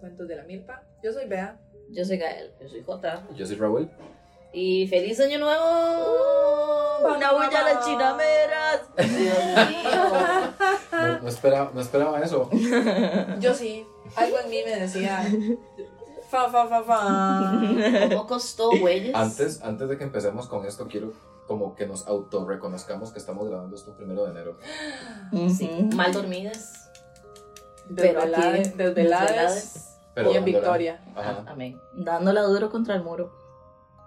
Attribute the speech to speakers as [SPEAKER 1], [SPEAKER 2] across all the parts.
[SPEAKER 1] Cuentos de la Milpa. Yo soy Bea.
[SPEAKER 2] Yo soy Gael, yo soy Jota.
[SPEAKER 3] Yo soy Raúl.
[SPEAKER 2] Y feliz año nuevo.
[SPEAKER 1] Uh,
[SPEAKER 2] Una bulla a las chinameras. Dios
[SPEAKER 1] Ah.
[SPEAKER 3] No, no esperaba, no esperaba eso.
[SPEAKER 1] Yo sí. Algo en mí me decía. Fa, fa, fa, fa.
[SPEAKER 2] mío. ¿Cómo costó, güeyes?
[SPEAKER 3] Antes, antes de que empecemos con esto, quiero como que nos autorreconozcamos que estamos grabando esto primero de enero.
[SPEAKER 2] Sí, mal dormidas. Pero
[SPEAKER 1] Desvelada-
[SPEAKER 2] aquí,
[SPEAKER 1] Desveladas.
[SPEAKER 2] desveladas.
[SPEAKER 3] Pero
[SPEAKER 1] y en
[SPEAKER 3] dándole-
[SPEAKER 1] Victoria.
[SPEAKER 2] Ah,
[SPEAKER 3] Ajá.
[SPEAKER 2] Amén. Dándola duro contra el muro.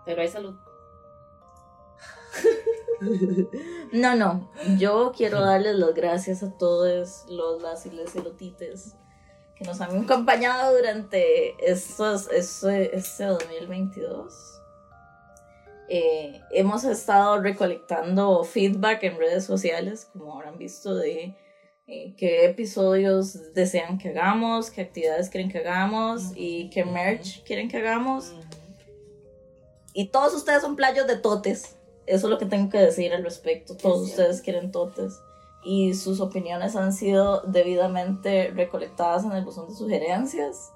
[SPEAKER 2] Pero hay salud. No, no. Yo quiero darles las gracias a todos los las y les elotites que nos han acompañado durante estos, este, este 2022. Eh, hemos estado recolectando feedback en redes sociales, como habrán visto, de eh, qué episodios desean que hagamos, qué actividades quieren que hagamos y qué merch quieren que hagamos. Y todos ustedes son playos de totes. Eso es lo que tengo que decir al respecto. Todos
[SPEAKER 4] cierto.
[SPEAKER 2] ustedes quieren totes. Y sus opiniones han sido debidamente recolectadas en el buzón de sugerencias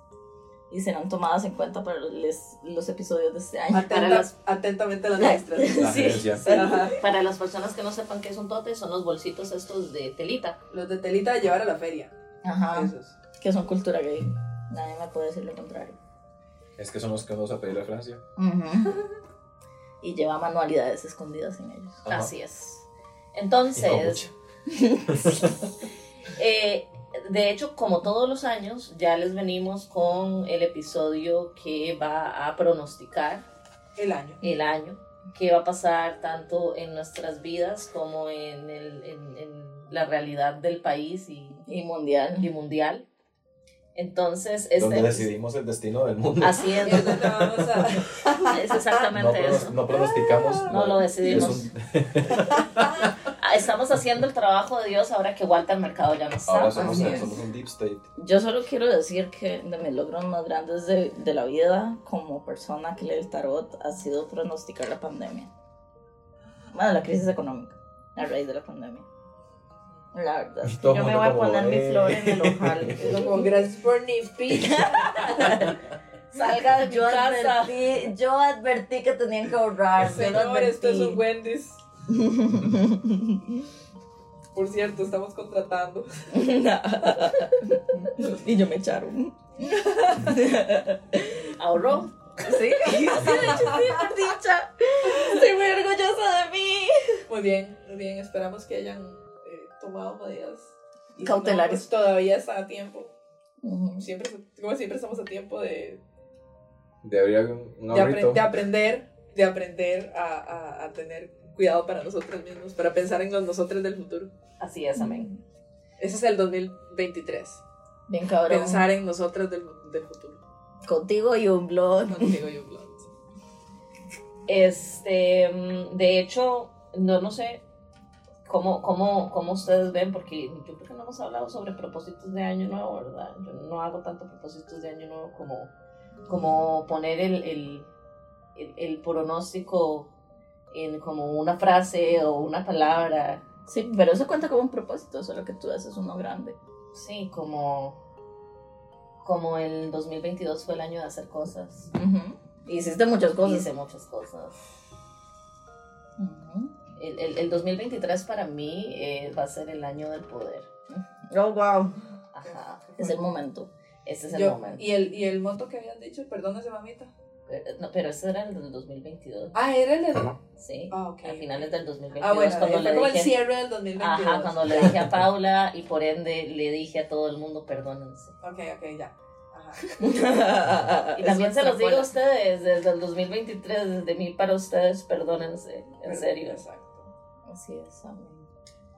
[SPEAKER 2] y serán tomadas en cuenta para les- los episodios de este año.
[SPEAKER 1] Atenta-
[SPEAKER 4] las-
[SPEAKER 1] Atentamente las
[SPEAKER 2] La-
[SPEAKER 1] nuestras.
[SPEAKER 3] La
[SPEAKER 2] Sí.
[SPEAKER 3] gerencia.
[SPEAKER 1] Ajá.
[SPEAKER 4] Para las personas que no sepan qué es un tote, son los bolsitos estos de telita.
[SPEAKER 1] Los de telita de llevar a la feria.
[SPEAKER 2] Ajá,
[SPEAKER 1] Esos.
[SPEAKER 2] que son cultura gay. Nadie me puede decir lo contrario.
[SPEAKER 3] Es que son los que vamos a pedir a Francia.
[SPEAKER 2] Ujú. Y lleva manualidades escondidas en ellos.
[SPEAKER 3] Ajá.
[SPEAKER 4] Así es.
[SPEAKER 3] Y con
[SPEAKER 4] Entonces,
[SPEAKER 3] mucha.
[SPEAKER 4] eh, de hecho, como todos los años, ya les venimos con el episodio que va a pronosticar
[SPEAKER 1] El año.
[SPEAKER 4] el año, qué va a pasar tanto en nuestras vidas como en, el- en- en la realidad del país y,
[SPEAKER 2] Y mundial.
[SPEAKER 4] y mundial. Entonces, este-
[SPEAKER 3] Donde decidimos el destino del mundo.
[SPEAKER 1] Ah,
[SPEAKER 4] así es,
[SPEAKER 1] Es donde vamos a-
[SPEAKER 4] es
[SPEAKER 3] No,
[SPEAKER 4] exactamente
[SPEAKER 3] pronos-
[SPEAKER 4] eso.
[SPEAKER 3] no pronosticamos.
[SPEAKER 4] No lo decidimos.
[SPEAKER 3] es un-
[SPEAKER 4] Ah, Estamos haciendo el trabajo de Dios ahora que Walter Mercado ya no
[SPEAKER 3] ahora
[SPEAKER 4] está.
[SPEAKER 3] somos,
[SPEAKER 1] Así es.
[SPEAKER 3] somos un deep state.
[SPEAKER 2] Yo solo quiero decir que de mis logros más grandes de, de la vida como persona que lee el tarot ha sido pronosticar la pandemia. Bueno, la crisis económica a raíz de la pandemia. La verdad. es que
[SPEAKER 3] Pues Todo
[SPEAKER 2] yo me
[SPEAKER 3] mundo
[SPEAKER 2] voy a
[SPEAKER 3] como,
[SPEAKER 2] poner mi
[SPEAKER 3] "Eh".
[SPEAKER 2] flor en el ojal.
[SPEAKER 1] Yo como, gracias por ni picha.
[SPEAKER 2] Salga de mi
[SPEAKER 4] Yo
[SPEAKER 2] casa. Advertí, yo advertí que tenían que ahorrar. yo lo
[SPEAKER 1] Señor, esto es un
[SPEAKER 2] advertí.
[SPEAKER 1] Wendy's. Por cierto, estamos contratando.
[SPEAKER 2] y yo me echaron.
[SPEAKER 4] Ahorró.
[SPEAKER 2] Sí, sí, de hecho, sí, por dicha. Estoy muy orgullosa de mí.
[SPEAKER 1] Muy bien, muy bien. Esperamos que hayan eh, tomado medidas. Y si
[SPEAKER 2] Cautelares.
[SPEAKER 1] no, pues, todavía está a tiempo.
[SPEAKER 2] Ujú.
[SPEAKER 1] Siempre, se- como siempre estamos a tiempo de,
[SPEAKER 3] De abrir un, un
[SPEAKER 1] de, apre-
[SPEAKER 3] ahorrito.
[SPEAKER 1] de aprender, de aprender a, a- a tener cuidado para nosotros mismos, para pensar en los nosotros del futuro.
[SPEAKER 4] Así es, amén.
[SPEAKER 1] Ese es el 2023.
[SPEAKER 2] Bien cabrón.
[SPEAKER 1] Pensar en nosotros del, del futuro.
[SPEAKER 2] Contigo y un blog.
[SPEAKER 1] Contigo yo, Blanca.
[SPEAKER 4] Este, mm, de hecho, no, no sé cómo, cómo, cómo ustedes ven, porque yo creo que no hemos hablado sobre propósitos de año nuevo, ¿verdad? Yo no hago tanto propósitos de año nuevo como, como poner el, el, el- el pronóstico en como una frase o una palabra.
[SPEAKER 2] Sí, pero eso cuenta como un propósito, solo que tú haces uno grande.
[SPEAKER 4] Sí, como, como el 2022 fue el año de hacer cosas.
[SPEAKER 2] Hiciste muchas cosas.
[SPEAKER 4] Hice muchas cosas.
[SPEAKER 2] Ujú.
[SPEAKER 4] El, el, el 2023 para mí eh, va a ser el año del poder.
[SPEAKER 2] Oh, wow.
[SPEAKER 4] Ajá.
[SPEAKER 2] Es el momento.
[SPEAKER 4] Ese es el
[SPEAKER 1] Yo-
[SPEAKER 4] momento.
[SPEAKER 1] ¿Y el, y el moto que habían dicho, perdónese, mamita.
[SPEAKER 4] Eh, no, pero ese era el del 2022.
[SPEAKER 1] Ah, era el. Ah,
[SPEAKER 4] Sí.
[SPEAKER 1] ok.
[SPEAKER 4] A finales del 2022.
[SPEAKER 1] Ah, bueno,
[SPEAKER 4] cuando
[SPEAKER 1] fue
[SPEAKER 4] le
[SPEAKER 1] como el
[SPEAKER 4] dije.
[SPEAKER 1] cierre del 2022.
[SPEAKER 4] Ajá, cuando le dije a Paula y por ende le dije a todo el mundo perdónense.
[SPEAKER 1] Ok, ok, ya. Ajá.
[SPEAKER 4] Y
[SPEAKER 1] Ah,
[SPEAKER 2] y
[SPEAKER 4] también se los digo a ustedes, desde el 2023, desde mí para ustedes, perdónense, en serio.
[SPEAKER 1] Exacto.
[SPEAKER 2] Así es, amén.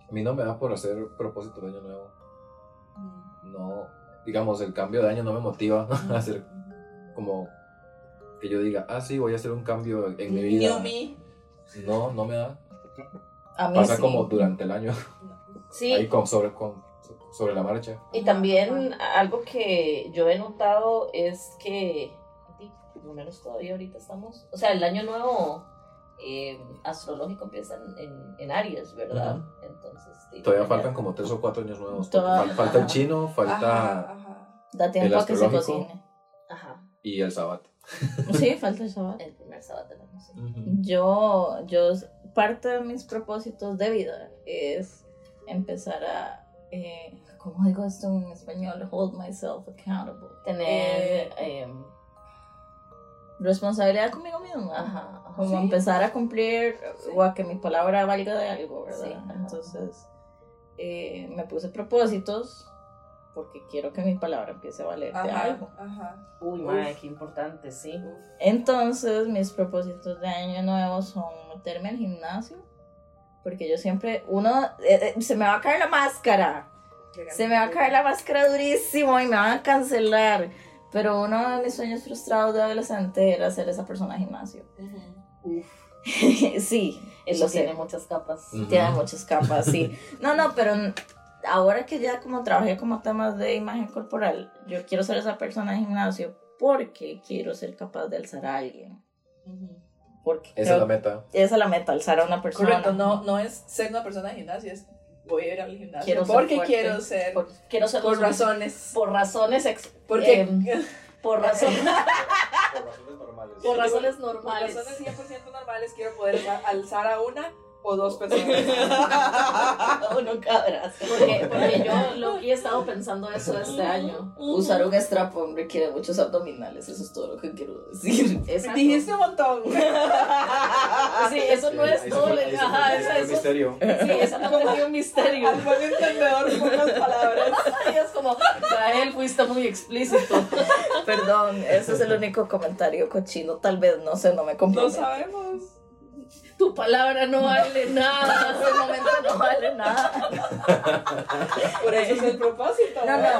[SPEAKER 3] A mí no me da por hacer propósito de año nuevo. No, digamos, el cambio de año no me motiva a hacer como que yo diga, ah, sí, voy a hacer un cambio en mi vida.
[SPEAKER 1] New me.
[SPEAKER 3] No, no me da.
[SPEAKER 2] A mí
[SPEAKER 3] Pasa
[SPEAKER 2] sí.
[SPEAKER 3] como durante el año,
[SPEAKER 4] Sí,
[SPEAKER 3] ahí con, sobre, con, sobre la marcha.
[SPEAKER 4] Y también algo que yo he notado es que, di, por lo menos todavía ahorita estamos, o sea, el año nuevo eh, astrológico empieza en, en- en Aries, ¿verdad? Entonces, di,
[SPEAKER 3] Todavía
[SPEAKER 4] ya-
[SPEAKER 3] faltan como tres o cuatro años nuevos.
[SPEAKER 2] Toda-
[SPEAKER 3] Fal- falta el chino, falta...
[SPEAKER 1] Ajá, ajá.
[SPEAKER 2] Da tiempo
[SPEAKER 3] El
[SPEAKER 2] a que se
[SPEAKER 3] astrológico.
[SPEAKER 2] cocine.
[SPEAKER 4] Ajá.
[SPEAKER 3] y el sabat.
[SPEAKER 2] Sí, falta el sábado.
[SPEAKER 4] El primer sábado de la
[SPEAKER 1] Eh,
[SPEAKER 4] música.
[SPEAKER 2] Yo, yo, parte de mis propósitos de vida es empezar a, eh, ¿cómo digo esto en español? Hold myself accountable.
[SPEAKER 4] Tener.
[SPEAKER 2] Eh,
[SPEAKER 4] em,
[SPEAKER 2] Responsabilidad conmigo misma.
[SPEAKER 4] ajá. ajá.
[SPEAKER 2] Como
[SPEAKER 1] Sí.
[SPEAKER 2] empezar a cumplir o a que mi palabra valga de algo, ¿verdad?
[SPEAKER 4] Sí, ajá.
[SPEAKER 2] Entonces, eh, me puse propósitos porque quiero que mi palabra empiece a valer de algo.
[SPEAKER 1] Ajá, ajá.
[SPEAKER 4] Uy,
[SPEAKER 1] Uf.
[SPEAKER 4] madre, qué importante, sí.
[SPEAKER 1] Uf.
[SPEAKER 2] Entonces, mis propósitos de año nuevo son meterme al gimnasio. Porque yo siempre, uno, eh, eh, se me va a caer la máscara. Se me va a caer la máscara durísimo y me van a cancelar. Pero uno de mis sueños frustrados de adolescente era ser esa persona al gimnasio.
[SPEAKER 1] Ujú.
[SPEAKER 4] Uf,
[SPEAKER 2] sí,
[SPEAKER 4] eso
[SPEAKER 2] lo sé.
[SPEAKER 4] tiene muchas capas.
[SPEAKER 3] Ujú.
[SPEAKER 2] Tiene muchas capas, sí. No, no, pero ahora que ya como trabajé como temas de imagen corporal, yo quiero ser esa persona en gimnasio porque quiero ser capaz de alzar a alguien.
[SPEAKER 1] Ujú.
[SPEAKER 2] Porque
[SPEAKER 3] Esa es la
[SPEAKER 2] creo-
[SPEAKER 3] meta.
[SPEAKER 2] esa es la meta, alzar a una persona.
[SPEAKER 1] Correcto, no, no es ser una persona de gimnasio, es voy a ir al gimnasio
[SPEAKER 2] Quiero ser
[SPEAKER 1] porque
[SPEAKER 2] fuerte.
[SPEAKER 1] quiero ser
[SPEAKER 4] Por- quiero ser
[SPEAKER 1] por
[SPEAKER 4] lo sufic-
[SPEAKER 1] razones.
[SPEAKER 4] Por razones. ex-
[SPEAKER 1] Porque
[SPEAKER 4] em, por razones.
[SPEAKER 3] Por razones normales.
[SPEAKER 4] por razones
[SPEAKER 1] por
[SPEAKER 4] normales.
[SPEAKER 1] razones 100% normales quiero poder alza- alzar a una o dos personas.
[SPEAKER 2] Uno cada brazo.
[SPEAKER 4] Porque, porque yo lo que he estado pensando eso este año.
[SPEAKER 2] Usar un strap on requiere muchos abdominales, eso es todo lo que quiero decir.
[SPEAKER 4] Exacto.
[SPEAKER 1] Dijiste un montón.
[SPEAKER 4] "Ah, Sí, eso no es todo. lo- Ajá, eso
[SPEAKER 3] es un
[SPEAKER 4] eso-
[SPEAKER 3] misterio.
[SPEAKER 4] Sí, eso no tenía un misterio.
[SPEAKER 1] Al buen entendedor, pocas palabras.
[SPEAKER 4] Y es como, Rael, fuiste muy explícito.
[SPEAKER 2] Perdón, ese es el único comentario cochino, tal vez, no sé, no me
[SPEAKER 1] No
[SPEAKER 2] comprometo.
[SPEAKER 1] sabemos.
[SPEAKER 4] Tu palabra no vale nada.
[SPEAKER 2] Hasta el momento no vale nada.
[SPEAKER 1] Por eso es el propósito.
[SPEAKER 2] No, no.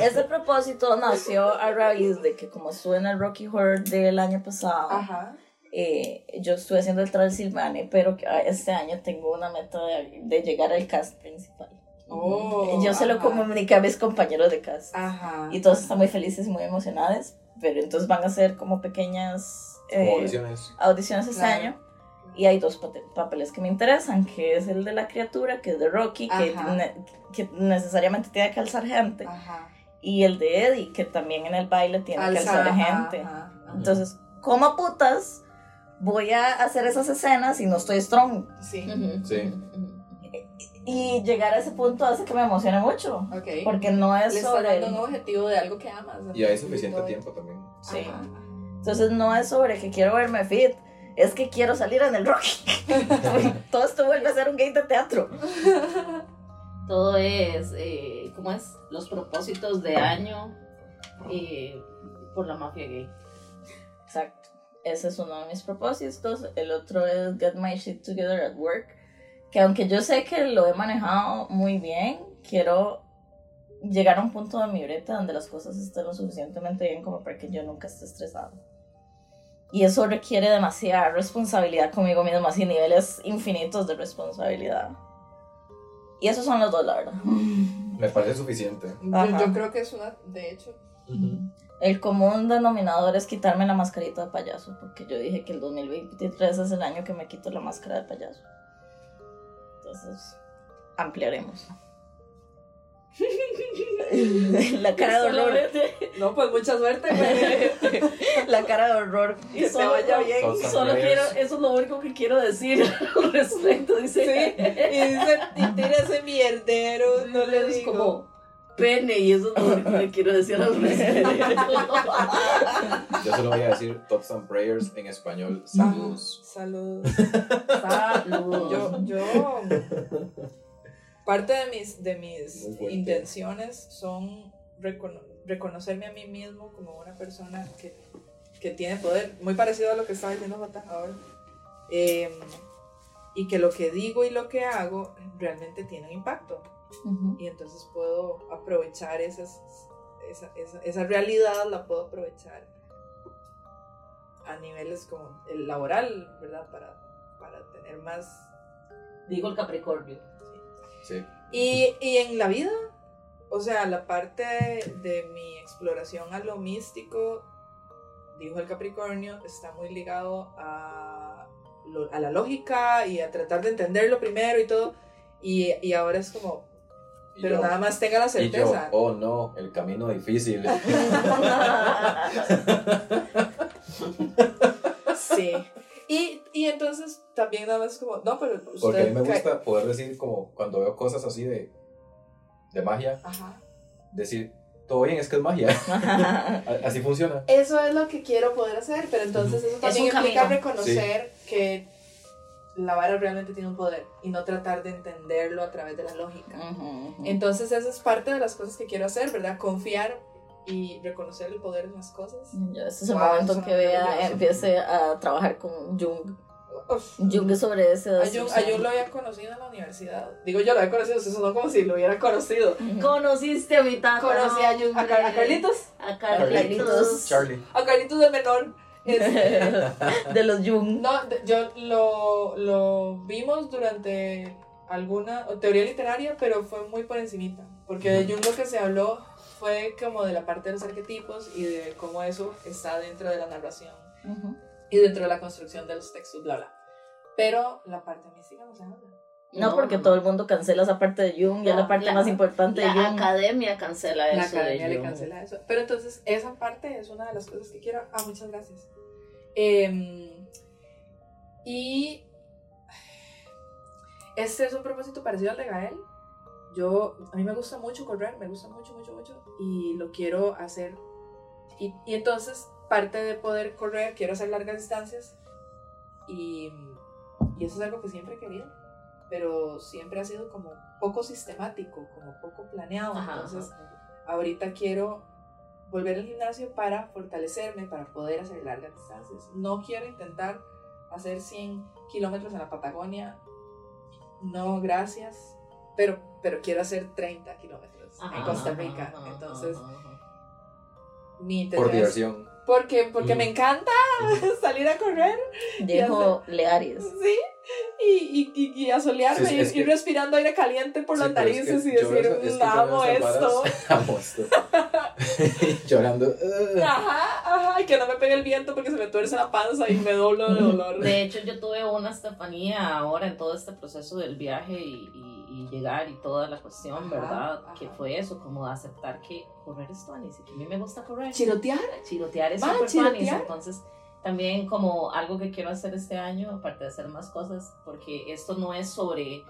[SPEAKER 2] Ese propósito nació a raíz de que como estuve en el Rocky Horror del año pasado,
[SPEAKER 1] Ajá.
[SPEAKER 2] eh, yo estuve haciendo el Transilvania, pero que, ah, este año tengo una meta de, de llegar al cast principal.
[SPEAKER 1] Oh,
[SPEAKER 2] yo se lo
[SPEAKER 1] ajá. Ah.
[SPEAKER 2] comuniqué a mis compañeros de cast.
[SPEAKER 1] Ajá.
[SPEAKER 2] Y todos están muy felices y muy emocionadas, pero entonces van a ser como pequeñas eh,
[SPEAKER 3] Como audiciones.
[SPEAKER 2] audiciones este
[SPEAKER 1] Claro.
[SPEAKER 2] año. Y hay dos pate- papeles que me interesan, que es el de la criatura, que es de Rocky, que,
[SPEAKER 1] Ajá.
[SPEAKER 2] ne- que necesariamente tiene que alzar gente
[SPEAKER 1] Ajá.
[SPEAKER 2] y el de Eddie, que también en el baile tiene que
[SPEAKER 1] Alza,
[SPEAKER 2] alzar
[SPEAKER 1] ajá,
[SPEAKER 2] gente.
[SPEAKER 1] ajá.
[SPEAKER 2] Entonces, ¿cómo putas voy a hacer esas escenas si no estoy strong?
[SPEAKER 1] Sí.
[SPEAKER 3] Sí.
[SPEAKER 2] Y llegar a ese punto hace que me emocione mucho.
[SPEAKER 1] Ok.
[SPEAKER 2] Porque no es
[SPEAKER 1] Le estás
[SPEAKER 2] sobre.
[SPEAKER 1] dando un objetivo de algo que amas.
[SPEAKER 3] Y hay
[SPEAKER 1] entonces,
[SPEAKER 3] suficiente
[SPEAKER 1] todo-
[SPEAKER 3] tiempo también.
[SPEAKER 2] Sí.
[SPEAKER 1] Ajá.
[SPEAKER 2] Entonces, no es sobre que quiero verme fit. Es que quiero salir en el rock. Todo esto vuelve a ser un game de teatro.
[SPEAKER 4] Todo es, eh, ¿cómo es? Los propósitos de año eh, por la mafia gay.
[SPEAKER 2] Exacto. Ese es uno de mis propósitos. El otro es get my shit together at work. Que aunque yo sé que lo he manejado muy bien, quiero llegar a un punto de mi breta donde las cosas estén lo suficientemente bien como para que yo nunca esté estresado. Y eso requiere demasiada responsabilidad conmigo misma, así niveles infinitos de responsabilidad. Y esos son los dos, la verdad.
[SPEAKER 3] Me parece suficiente.
[SPEAKER 1] Yo,
[SPEAKER 2] Ajá.
[SPEAKER 1] yo creo que es una, de hecho,
[SPEAKER 2] El común denominador es quitarme la mascarita de payaso, porque yo dije que el 2023 es el año que me quito la máscara de payaso. Entonces, ampliaremos. la cara de horror.
[SPEAKER 1] no, pues mucha suerte, güey.
[SPEAKER 2] La cara de horror.
[SPEAKER 4] Y
[SPEAKER 1] Que te vaya bien.
[SPEAKER 3] Todos están
[SPEAKER 4] Solo quiero,
[SPEAKER 3] nerviosos.
[SPEAKER 4] eso es lo único que quiero decir al respecto.
[SPEAKER 1] Sí,
[SPEAKER 4] Dice,
[SPEAKER 1] y dice, y tira ese mierdero, no le
[SPEAKER 4] es
[SPEAKER 1] digo.
[SPEAKER 4] como pene y eso es lo único que quiero decir al respecto.
[SPEAKER 3] Yo solo voy a decir tops and prayers en español.
[SPEAKER 1] Ajá.
[SPEAKER 3] Saludos.
[SPEAKER 1] Saludos.
[SPEAKER 4] Saludos.
[SPEAKER 1] Yo, yo, parte de mis, de mis
[SPEAKER 3] Muy fuerte.
[SPEAKER 1] intenciones son recono- reconocerme a mí mismo como una persona que, que tiene poder, muy parecido a lo que estaba diciendo Jota ahora, Eh, y que lo que digo y lo que hago realmente tiene un impacto,
[SPEAKER 2] Ujú.
[SPEAKER 1] y entonces puedo aprovechar esas, esa, esa, esa realidad, la puedo aprovechar a niveles como el laboral, ¿verdad? Para, para tener más
[SPEAKER 4] Digo el Capricornio.
[SPEAKER 3] Sí.
[SPEAKER 1] y, y en la vida, o sea, la parte de mi exploración a lo místico, dijo el Capricornio, está muy ligado a, lo- a la lógica y a tratar de entenderlo primero y todo. Y, y ahora es como,
[SPEAKER 3] Y
[SPEAKER 1] Pero
[SPEAKER 3] yo-
[SPEAKER 1] nada más tenga la
[SPEAKER 3] Y yo,
[SPEAKER 1] certeza.
[SPEAKER 3] oh no, el camino difícil.
[SPEAKER 1] Sí. Y, y entonces también nada más como, no, pero usted
[SPEAKER 3] Porque a mí me
[SPEAKER 1] cae-
[SPEAKER 3] gusta poder decir, como cuando veo cosas así de, de magia,
[SPEAKER 1] Ajá.
[SPEAKER 3] decir, todo bien, es que es magia. A- Así funciona.
[SPEAKER 1] Eso es lo que quiero poder hacer, pero entonces eso también
[SPEAKER 4] un
[SPEAKER 1] implica
[SPEAKER 4] camino.
[SPEAKER 1] reconocer que la vara realmente tiene un poder y no tratar de entenderlo a través de la lógica. Entonces esa es parte de las cosas que quiero hacer, ¿verdad? Confiar y reconocer el poder de las cosas.
[SPEAKER 2] Yo, este es el
[SPEAKER 1] Wow,
[SPEAKER 2] momento
[SPEAKER 1] suena
[SPEAKER 2] que vea,
[SPEAKER 1] maravilloso.
[SPEAKER 2] empiece a trabajar con Jung.
[SPEAKER 1] Uf.
[SPEAKER 2] Jung es sobre ese.
[SPEAKER 1] A Jung, a Jung lo había conocido en la universidad. Digo, yo lo había conocido, eso sonó como si lo hubiera conocido.
[SPEAKER 2] Conociste a mi
[SPEAKER 4] Ah,
[SPEAKER 2] tata.
[SPEAKER 1] Conocí a Jung, a, Car- a Carlitos,
[SPEAKER 2] A Carlitos.
[SPEAKER 3] Charlie.
[SPEAKER 1] a Carlitos del menor. Este,
[SPEAKER 2] de los Jung.
[SPEAKER 1] No, de- yo lo, lo vimos durante alguna teoría literaria, pero fue muy por encimita, porque de Jung lo que se habló fue como de la parte de los arquetipos y de cómo eso está dentro de la narración
[SPEAKER 2] Ujú.
[SPEAKER 1] y dentro de la construcción de los textos, bla, bla. Pero la parte mística no se habla.
[SPEAKER 2] No, porque todo el mundo cancela esa parte de Jung, ya
[SPEAKER 4] No,
[SPEAKER 2] la parte
[SPEAKER 4] la-
[SPEAKER 2] más importante de
[SPEAKER 4] La
[SPEAKER 2] Jung.
[SPEAKER 4] academia cancela
[SPEAKER 1] La
[SPEAKER 4] eso. de
[SPEAKER 1] academia le
[SPEAKER 4] Jung.
[SPEAKER 1] cancela eso. Pero entonces, esa parte es una de las cosas que quiero. Ah, muchas gracias. Em, y este es un propósito parecido al de Gael. Yo, a mí me gusta mucho correr, me gusta mucho, mucho, mucho. Y lo quiero hacer. Y, y entonces, parte de poder correr, quiero hacer largas distancias. Y, y eso es algo que siempre he querido. Pero siempre ha sido como poco sistemático, como poco planeado.
[SPEAKER 4] Ajá,
[SPEAKER 1] entonces,
[SPEAKER 4] ajá.
[SPEAKER 1] ahorita quiero volver al gimnasio para fortalecerme, para poder hacer largas distancias. No quiero intentar hacer 100 kilómetros en la Patagonia. No, gracias. Pero, pero quiero hacer 30 kilómetros en
[SPEAKER 4] Ajá,
[SPEAKER 1] Costa Rica.
[SPEAKER 4] ajá,
[SPEAKER 1] Entonces,
[SPEAKER 4] ajá, ajá.
[SPEAKER 1] mi
[SPEAKER 3] Por
[SPEAKER 1] intención es-
[SPEAKER 3] diversión.
[SPEAKER 1] Porque, porque me
[SPEAKER 3] Mm.
[SPEAKER 1] encanta salir a correr.
[SPEAKER 2] Dijo Learies.
[SPEAKER 1] Sí. Y, y, y, y a solearme
[SPEAKER 3] Sí,
[SPEAKER 1] y
[SPEAKER 3] es
[SPEAKER 1] ir
[SPEAKER 3] que-
[SPEAKER 1] respirando aire caliente por las
[SPEAKER 3] Sí, pero es que
[SPEAKER 1] narices y
[SPEAKER 3] yo
[SPEAKER 1] decir,
[SPEAKER 3] veo esa- es que yo
[SPEAKER 1] amo
[SPEAKER 3] veo esas
[SPEAKER 1] esto.
[SPEAKER 3] varas, Amo esto. Llorando. "Ugh".
[SPEAKER 1] Ajá, ajá, y que no me pegue el viento porque se me tuerce la panza y me doblo de dolor.
[SPEAKER 4] De hecho, yo tuve una estefanía ahora en todo este proceso del viaje y, y- y llegar y toda la cuestión,
[SPEAKER 1] Ajá,
[SPEAKER 4] ¿verdad?
[SPEAKER 1] ajá.
[SPEAKER 4] Que fue eso, como de aceptar que correr es tuanis y que a mí me gusta correr.
[SPEAKER 1] ¿Chirotear?
[SPEAKER 4] Chirotear es
[SPEAKER 1] Va,
[SPEAKER 4] súper
[SPEAKER 1] chirotear.
[SPEAKER 4] tuanis, entonces también como algo que quiero hacer este año, aparte de hacer más cosas, porque esto no es sobre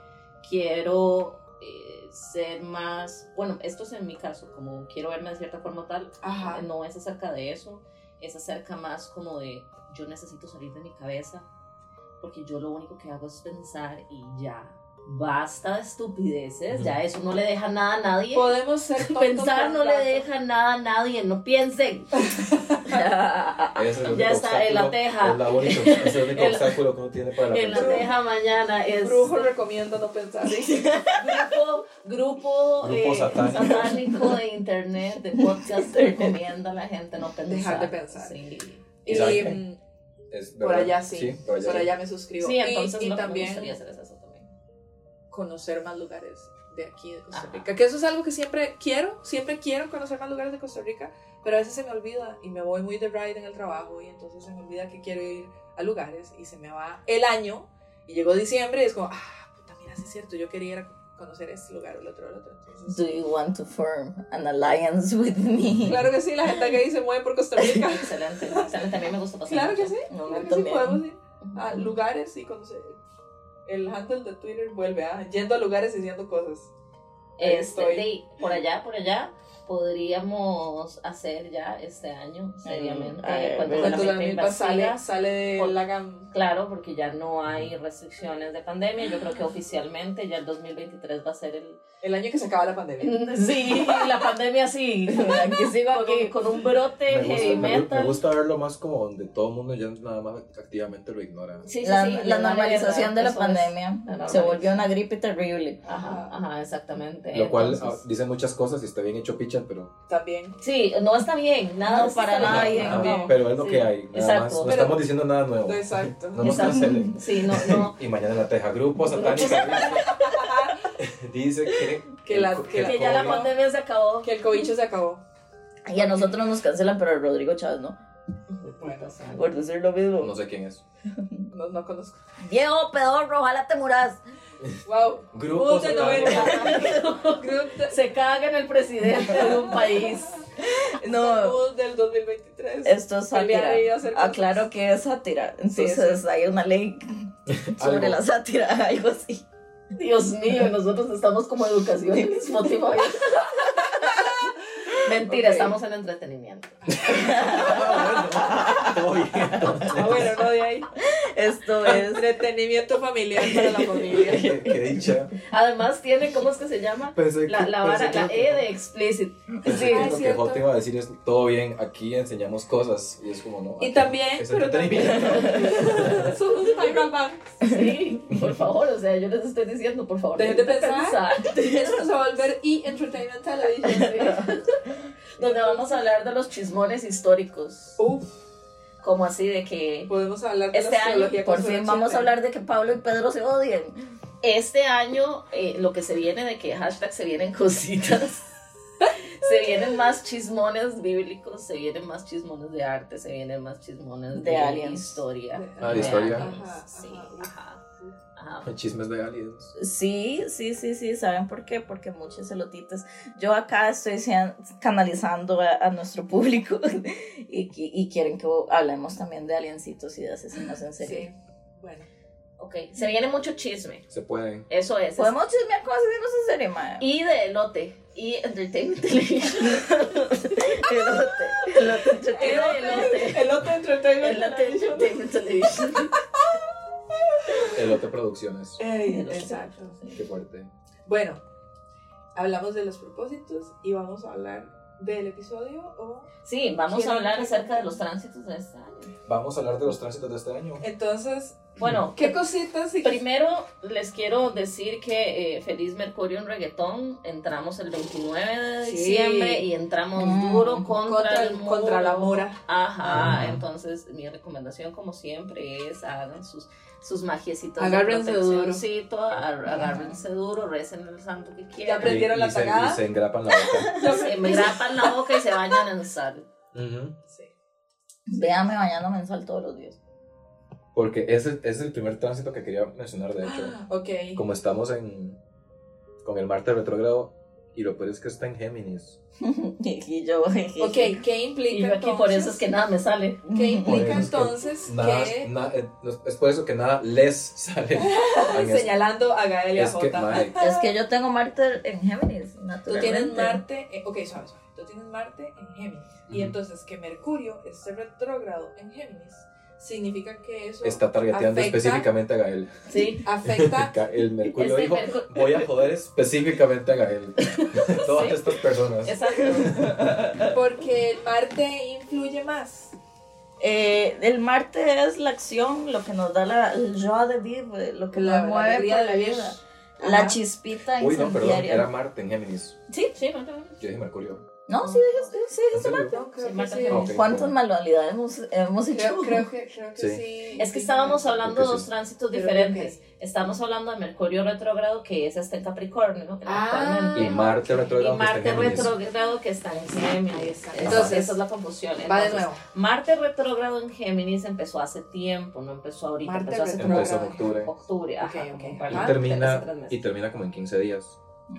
[SPEAKER 4] quiero eh, ser más, bueno, esto es en mi caso, como quiero verme de cierta forma tal,
[SPEAKER 1] Ajá.
[SPEAKER 4] no es acerca de eso, es acerca más como de yo necesito salir de mi cabeza, porque yo lo único que hago es pensar y ya, basta de estupideces,
[SPEAKER 3] Ujú.
[SPEAKER 4] ya eso no le deja nada a nadie.
[SPEAKER 1] Podemos ser tontos
[SPEAKER 4] Pensar
[SPEAKER 1] por
[SPEAKER 4] no
[SPEAKER 1] un
[SPEAKER 4] le
[SPEAKER 1] rato.
[SPEAKER 4] deja nada a nadie, no piensen.
[SPEAKER 3] Ese es el único
[SPEAKER 4] Ya está, en la
[SPEAKER 3] obstáculo,
[SPEAKER 4] teja.
[SPEAKER 3] Es, la única- es el único
[SPEAKER 4] En la-
[SPEAKER 3] obstáculo que uno tiene para la
[SPEAKER 4] En la
[SPEAKER 3] persona.
[SPEAKER 4] teja mañana
[SPEAKER 1] El
[SPEAKER 4] es
[SPEAKER 1] brujo recomienda no pensar.
[SPEAKER 4] grupo, grupo,
[SPEAKER 3] Grupo
[SPEAKER 4] eh,
[SPEAKER 3] satánico.
[SPEAKER 4] satánico de internet, de podcast, recomienda a la gente no pensar.
[SPEAKER 1] Dejar de pensar.
[SPEAKER 4] Sí.
[SPEAKER 1] Y
[SPEAKER 3] ¿Sabe qué?
[SPEAKER 1] mm,
[SPEAKER 3] Es
[SPEAKER 1] por
[SPEAKER 3] verdad.
[SPEAKER 1] allá sí.
[SPEAKER 3] por allá. sí.
[SPEAKER 1] me suscribo.
[SPEAKER 4] Sí, entonces
[SPEAKER 1] y y
[SPEAKER 4] lo que me gustaría
[SPEAKER 1] también
[SPEAKER 4] hacer es eso también.
[SPEAKER 1] conocer más lugares de aquí, de Costa
[SPEAKER 4] Ajá.
[SPEAKER 1] Rica. Que eso es algo que siempre quiero, siempre quiero conocer más lugares de Costa Rica, pero a veces se me olvida y me voy muy de ride en el trabajo y entonces se me olvida que quiero ir a lugares y se me va el año y llegó diciembre y es como, ah, puta, mira, sí es cierto, yo quería ir a conocer este lugar o el otro, el otro. Entonces,
[SPEAKER 2] Do you want to form an alliance with me?
[SPEAKER 1] Claro que sí, la gente gay se mueve por Costa Rica.
[SPEAKER 4] Excelente, excelente. A mí me gusta pasar.
[SPEAKER 1] Claro que
[SPEAKER 4] mucho.
[SPEAKER 1] sí,
[SPEAKER 2] No,
[SPEAKER 1] claro que sí,
[SPEAKER 2] también.
[SPEAKER 1] podemos ir
[SPEAKER 4] Ujú.
[SPEAKER 1] a lugares y conocer. El handle de Twitter vuelve a yendo a lugares y haciendo cosas. Ahí
[SPEAKER 4] Este,
[SPEAKER 1] estoy.
[SPEAKER 4] de- por allá, por allá, podríamos hacer ya este año,
[SPEAKER 3] Mm,
[SPEAKER 4] seriamente.
[SPEAKER 2] ay,
[SPEAKER 4] cuando
[SPEAKER 2] ay,
[SPEAKER 4] la
[SPEAKER 1] Cuando la
[SPEAKER 4] mente
[SPEAKER 1] milpa sale,
[SPEAKER 4] investiga.
[SPEAKER 1] sale de
[SPEAKER 4] Por-
[SPEAKER 1] la gam.
[SPEAKER 4] Claro, porque ya no hay restricciones de pandemia. Yo creo que oficialmente ya el 2023 va a ser el.
[SPEAKER 1] El año que se acaba la pandemia.
[SPEAKER 4] Sí, la pandemia sí.
[SPEAKER 2] Aquí sigo
[SPEAKER 4] Con un,
[SPEAKER 2] aquí.
[SPEAKER 4] con un brote
[SPEAKER 3] Me
[SPEAKER 4] heavy
[SPEAKER 3] gusta, me gu- me
[SPEAKER 4] metal.
[SPEAKER 3] gusta verlo más como donde todo el mundo ya nada más activamente lo ignora.
[SPEAKER 4] Sí, sí,
[SPEAKER 2] La,
[SPEAKER 4] sí,
[SPEAKER 2] la
[SPEAKER 4] le vale verdad,
[SPEAKER 2] normalización de la
[SPEAKER 4] eso es.
[SPEAKER 2] pandemia
[SPEAKER 4] la
[SPEAKER 2] se
[SPEAKER 4] normalización.
[SPEAKER 2] volvió una gripe terrible.
[SPEAKER 4] Ajá, ajá, exactamente.
[SPEAKER 3] Lo cual
[SPEAKER 4] Entonces-
[SPEAKER 3] ah, dice muchas cosas y está bien hecho picha, pero,
[SPEAKER 1] También.
[SPEAKER 4] Sí, no está bien, nada
[SPEAKER 2] No,
[SPEAKER 4] está
[SPEAKER 2] para nada
[SPEAKER 4] bien,
[SPEAKER 2] bien,
[SPEAKER 4] no.
[SPEAKER 2] Ah, bien.
[SPEAKER 3] pero es lo
[SPEAKER 4] Sí,
[SPEAKER 3] que hay. Nada
[SPEAKER 4] exacto.
[SPEAKER 3] más. No
[SPEAKER 4] Pero-
[SPEAKER 3] estamos diciendo nada nuevo.
[SPEAKER 1] Exacto.
[SPEAKER 3] No nos
[SPEAKER 4] Exacto.
[SPEAKER 3] cancelen.
[SPEAKER 4] Sí, no, no.
[SPEAKER 3] Y mañana en la teja, grupo satánico dice- dice que,
[SPEAKER 1] Que la- que la-
[SPEAKER 4] Que ya la
[SPEAKER 1] COVID.
[SPEAKER 4] pandemia se acabó.
[SPEAKER 1] Que el cobicho se acabó.
[SPEAKER 2] Y a nosotros nos cancelan, pero a Rodrigo Chávez no.
[SPEAKER 1] Bueno,
[SPEAKER 2] Por decir lo mismo.
[SPEAKER 3] No sé quién es.
[SPEAKER 1] no, no conozco.
[SPEAKER 2] Viejo pedorro, ojalá te muras.
[SPEAKER 1] Wow.
[SPEAKER 3] Grupos
[SPEAKER 1] de
[SPEAKER 3] hablando.
[SPEAKER 1] novela. Group de-
[SPEAKER 2] Se caga en el presidente de un país. No.
[SPEAKER 1] Pool del 2023.
[SPEAKER 2] Esto es sátira.
[SPEAKER 1] Pelear y hacer cosas.
[SPEAKER 2] Aclaro que es sátira. Entonces hay una ley sobre
[SPEAKER 3] Algo.
[SPEAKER 2] la sátira, algo así.
[SPEAKER 4] Dios mío, nosotros estamos como educación en Spotify. Mentira,
[SPEAKER 1] Ok.
[SPEAKER 4] estamos en entretenimiento.
[SPEAKER 3] Ah, bueno. Todo bien, entonces.
[SPEAKER 1] Ah, bueno, no de ahí.
[SPEAKER 2] Esto es.
[SPEAKER 1] Entretenimiento familiar para la familia.
[SPEAKER 3] Qué- Qué dicha.
[SPEAKER 4] Además tiene, ¿cómo es que se llama?
[SPEAKER 3] Pensé que-
[SPEAKER 4] La, la
[SPEAKER 3] pensé
[SPEAKER 4] vara,
[SPEAKER 3] que
[SPEAKER 4] la
[SPEAKER 3] lo que-
[SPEAKER 4] E de explicit.
[SPEAKER 3] pensé
[SPEAKER 4] Sí,
[SPEAKER 3] que
[SPEAKER 1] es
[SPEAKER 3] lo que
[SPEAKER 1] cierto.
[SPEAKER 3] Jota iba a decir es todo bien, aquí enseñamos cosas. Y es como, no.
[SPEAKER 1] Y
[SPEAKER 3] aquí
[SPEAKER 1] también,
[SPEAKER 3] es
[SPEAKER 1] pero también.
[SPEAKER 3] entretenimiento.
[SPEAKER 1] Somos Michael Banks.
[SPEAKER 4] sí, por favor, o sea, yo les estoy diciendo, por favor.
[SPEAKER 1] Dejen de
[SPEAKER 4] dejen
[SPEAKER 1] pensar. Eso se va a volver y Entertainment Television.
[SPEAKER 4] pensar. Donde vamos a hablar de los chismones históricos.
[SPEAKER 1] Uf,
[SPEAKER 4] Como así de que
[SPEAKER 1] podemos hablar de
[SPEAKER 2] Este
[SPEAKER 1] la
[SPEAKER 2] año,
[SPEAKER 1] astrología
[SPEAKER 2] por fin vamos a hablar de que Pablo y Pedro se odian.
[SPEAKER 4] este año eh, lo que se viene de que hashtag se vienen cositas. Se vienen más chismones bíblicos, se vienen más chismones de arte, se vienen más chismones de,
[SPEAKER 2] De aliens.
[SPEAKER 4] historia.
[SPEAKER 3] Ah, de historia.
[SPEAKER 1] Ajá,
[SPEAKER 4] Sí,
[SPEAKER 1] ajá.
[SPEAKER 4] ajá. ajá.
[SPEAKER 3] Chismes de aliens.
[SPEAKER 2] Sí, sí, sí, sí. ¿Saben por qué? Porque muchos celotitas. Yo acá estoy sean- canalizando a, a nuestro público y, qui- y quieren que hablemos también de aliencitos y de asesinos en serie.
[SPEAKER 1] Sí. Bueno.
[SPEAKER 4] Ok, se viene mucho chisme.
[SPEAKER 3] Se pueden.
[SPEAKER 4] Eso es.
[SPEAKER 2] Podemos chismear con asesinos en serie, mae.
[SPEAKER 4] Y de elote. Y Entertainment Television.
[SPEAKER 2] Elote, elote entretenido.
[SPEAKER 4] elote.
[SPEAKER 1] El otro Entertainment
[SPEAKER 4] Elote
[SPEAKER 1] Television.
[SPEAKER 4] Entertainment Television.
[SPEAKER 3] Elote Producciones.
[SPEAKER 1] Ey,
[SPEAKER 4] Elote.
[SPEAKER 1] exacto.
[SPEAKER 3] Qué fuerte.
[SPEAKER 1] Bueno, hablamos de los propósitos y vamos a hablar del episodio o
[SPEAKER 4] Sí, vamos a
[SPEAKER 1] ¿Quieren-
[SPEAKER 4] hablar acerca de los tránsitos de este año.
[SPEAKER 3] Vamos a hablar de los tránsitos de este año.
[SPEAKER 1] entonces
[SPEAKER 4] Bueno,
[SPEAKER 1] qué cositas y
[SPEAKER 4] Primero les quiero decir que eh, feliz Mercurio en reggaetón. Entramos el 29 de
[SPEAKER 1] Sí.
[SPEAKER 4] diciembre y entramos
[SPEAKER 2] Mm,
[SPEAKER 4] duro contra,
[SPEAKER 1] contra,
[SPEAKER 4] el
[SPEAKER 1] el-
[SPEAKER 4] muro.
[SPEAKER 1] contra la mora.
[SPEAKER 4] Ajá,
[SPEAKER 3] Ajá.
[SPEAKER 4] entonces mi recomendación como siempre es hagan sus sus magiecitas
[SPEAKER 1] Agárrense
[SPEAKER 4] de
[SPEAKER 1] duro.
[SPEAKER 4] proteccioncito, a- agárrense duro, recen el santo que
[SPEAKER 1] Ya aprendí.
[SPEAKER 4] quieran.
[SPEAKER 1] ¿Prendieron la
[SPEAKER 3] se,
[SPEAKER 1] tagada?
[SPEAKER 3] y se engrapan la boca.
[SPEAKER 4] Se me grapan la boca y se bañan en sal.
[SPEAKER 1] Sí.
[SPEAKER 2] Véame bañándome en sal todos los días.
[SPEAKER 3] Porque ese es el primer tránsito que quería mencionar, de hecho.
[SPEAKER 1] Ah, Ok.
[SPEAKER 3] Como estamos en con el Marte retrógrado y lo peor es que está en Géminis.
[SPEAKER 2] y yo.
[SPEAKER 1] Ok, ¿qué implica
[SPEAKER 4] Y yo aquí por eso es que nada me sale.
[SPEAKER 1] entonces- ¿Qué
[SPEAKER 3] Mm, Por
[SPEAKER 1] implica
[SPEAKER 3] eso es que
[SPEAKER 1] entonces
[SPEAKER 3] Nada,
[SPEAKER 1] que
[SPEAKER 3] na- eh, no- es por eso que nada les sale. en este-
[SPEAKER 1] señalando a Gael y a
[SPEAKER 3] es que,
[SPEAKER 1] Jota?
[SPEAKER 3] mae,
[SPEAKER 2] Es que yo tengo Marte en Géminis,
[SPEAKER 1] Tú
[SPEAKER 2] naturalmente.
[SPEAKER 1] tienes Marte, en, ok, suave, suave. Tú tienes Marte en Géminis. Y
[SPEAKER 3] Ujú.
[SPEAKER 1] entonces que Mercurio esté retrógrado en Géminis significa que eso
[SPEAKER 3] está targeteando
[SPEAKER 1] Afecta.
[SPEAKER 3] específica a Gael.
[SPEAKER 4] Sí.
[SPEAKER 1] afecta
[SPEAKER 3] El Mercurio
[SPEAKER 4] Este
[SPEAKER 3] dijo,
[SPEAKER 4] Mercu-
[SPEAKER 3] voy a joder específicamente a Gael. Todas
[SPEAKER 4] Sí.
[SPEAKER 3] estas personas.
[SPEAKER 4] Exacto.
[SPEAKER 1] porque el Marte influye más.
[SPEAKER 2] Eh, el Marte es la acción, lo que nos da la, el joie de vivre, lo que nos mueve por la vida. La
[SPEAKER 1] Ajá.
[SPEAKER 2] chispita
[SPEAKER 3] Uy, no, perdón,
[SPEAKER 2] incendiaria.
[SPEAKER 3] era Marte en Géminis.
[SPEAKER 4] Sí, sí, no, no, no.
[SPEAKER 3] Yo dije Mercurio.
[SPEAKER 2] No, sí, dije- sí, sí,
[SPEAKER 3] ¿En
[SPEAKER 2] dije
[SPEAKER 3] serio?
[SPEAKER 2] Marte.
[SPEAKER 1] No, creo
[SPEAKER 4] Sí,
[SPEAKER 1] que
[SPEAKER 4] Marte
[SPEAKER 1] sí.
[SPEAKER 4] en Géminis.
[SPEAKER 2] ¿Cuántas manualidades hemos, hemos hecho?
[SPEAKER 1] Creo, creo que, creo que sí.
[SPEAKER 3] Sí.
[SPEAKER 4] Es que estábamos hablando de
[SPEAKER 3] sí.
[SPEAKER 4] dos tránsitos
[SPEAKER 1] Pero
[SPEAKER 4] diferentes. Estamos hablando de Mercurio retrógrado, que es este en Capricornio,
[SPEAKER 1] Ah.
[SPEAKER 3] Y
[SPEAKER 4] actualmente.
[SPEAKER 3] Marte
[SPEAKER 4] y
[SPEAKER 3] retrógrado. que está en
[SPEAKER 4] Marte
[SPEAKER 3] Géminis.
[SPEAKER 4] retrógrado que está en Géminis. Entonces,
[SPEAKER 1] Entonces,
[SPEAKER 4] esa es la confusión.
[SPEAKER 1] Va de
[SPEAKER 4] Entonces,
[SPEAKER 1] nuevo.
[SPEAKER 4] Marte retrógrado en Géminis empezó hace tiempo, no empezó ahorita,
[SPEAKER 1] Marte
[SPEAKER 4] empezó hace como
[SPEAKER 1] retrógrado.
[SPEAKER 3] Empezó en octubre.
[SPEAKER 4] octubre. Ajá,
[SPEAKER 1] Ok, ok.
[SPEAKER 4] como
[SPEAKER 1] Y
[SPEAKER 3] Y
[SPEAKER 4] para- hace tres
[SPEAKER 3] termina,
[SPEAKER 4] meses.
[SPEAKER 3] y termina como en 15 días.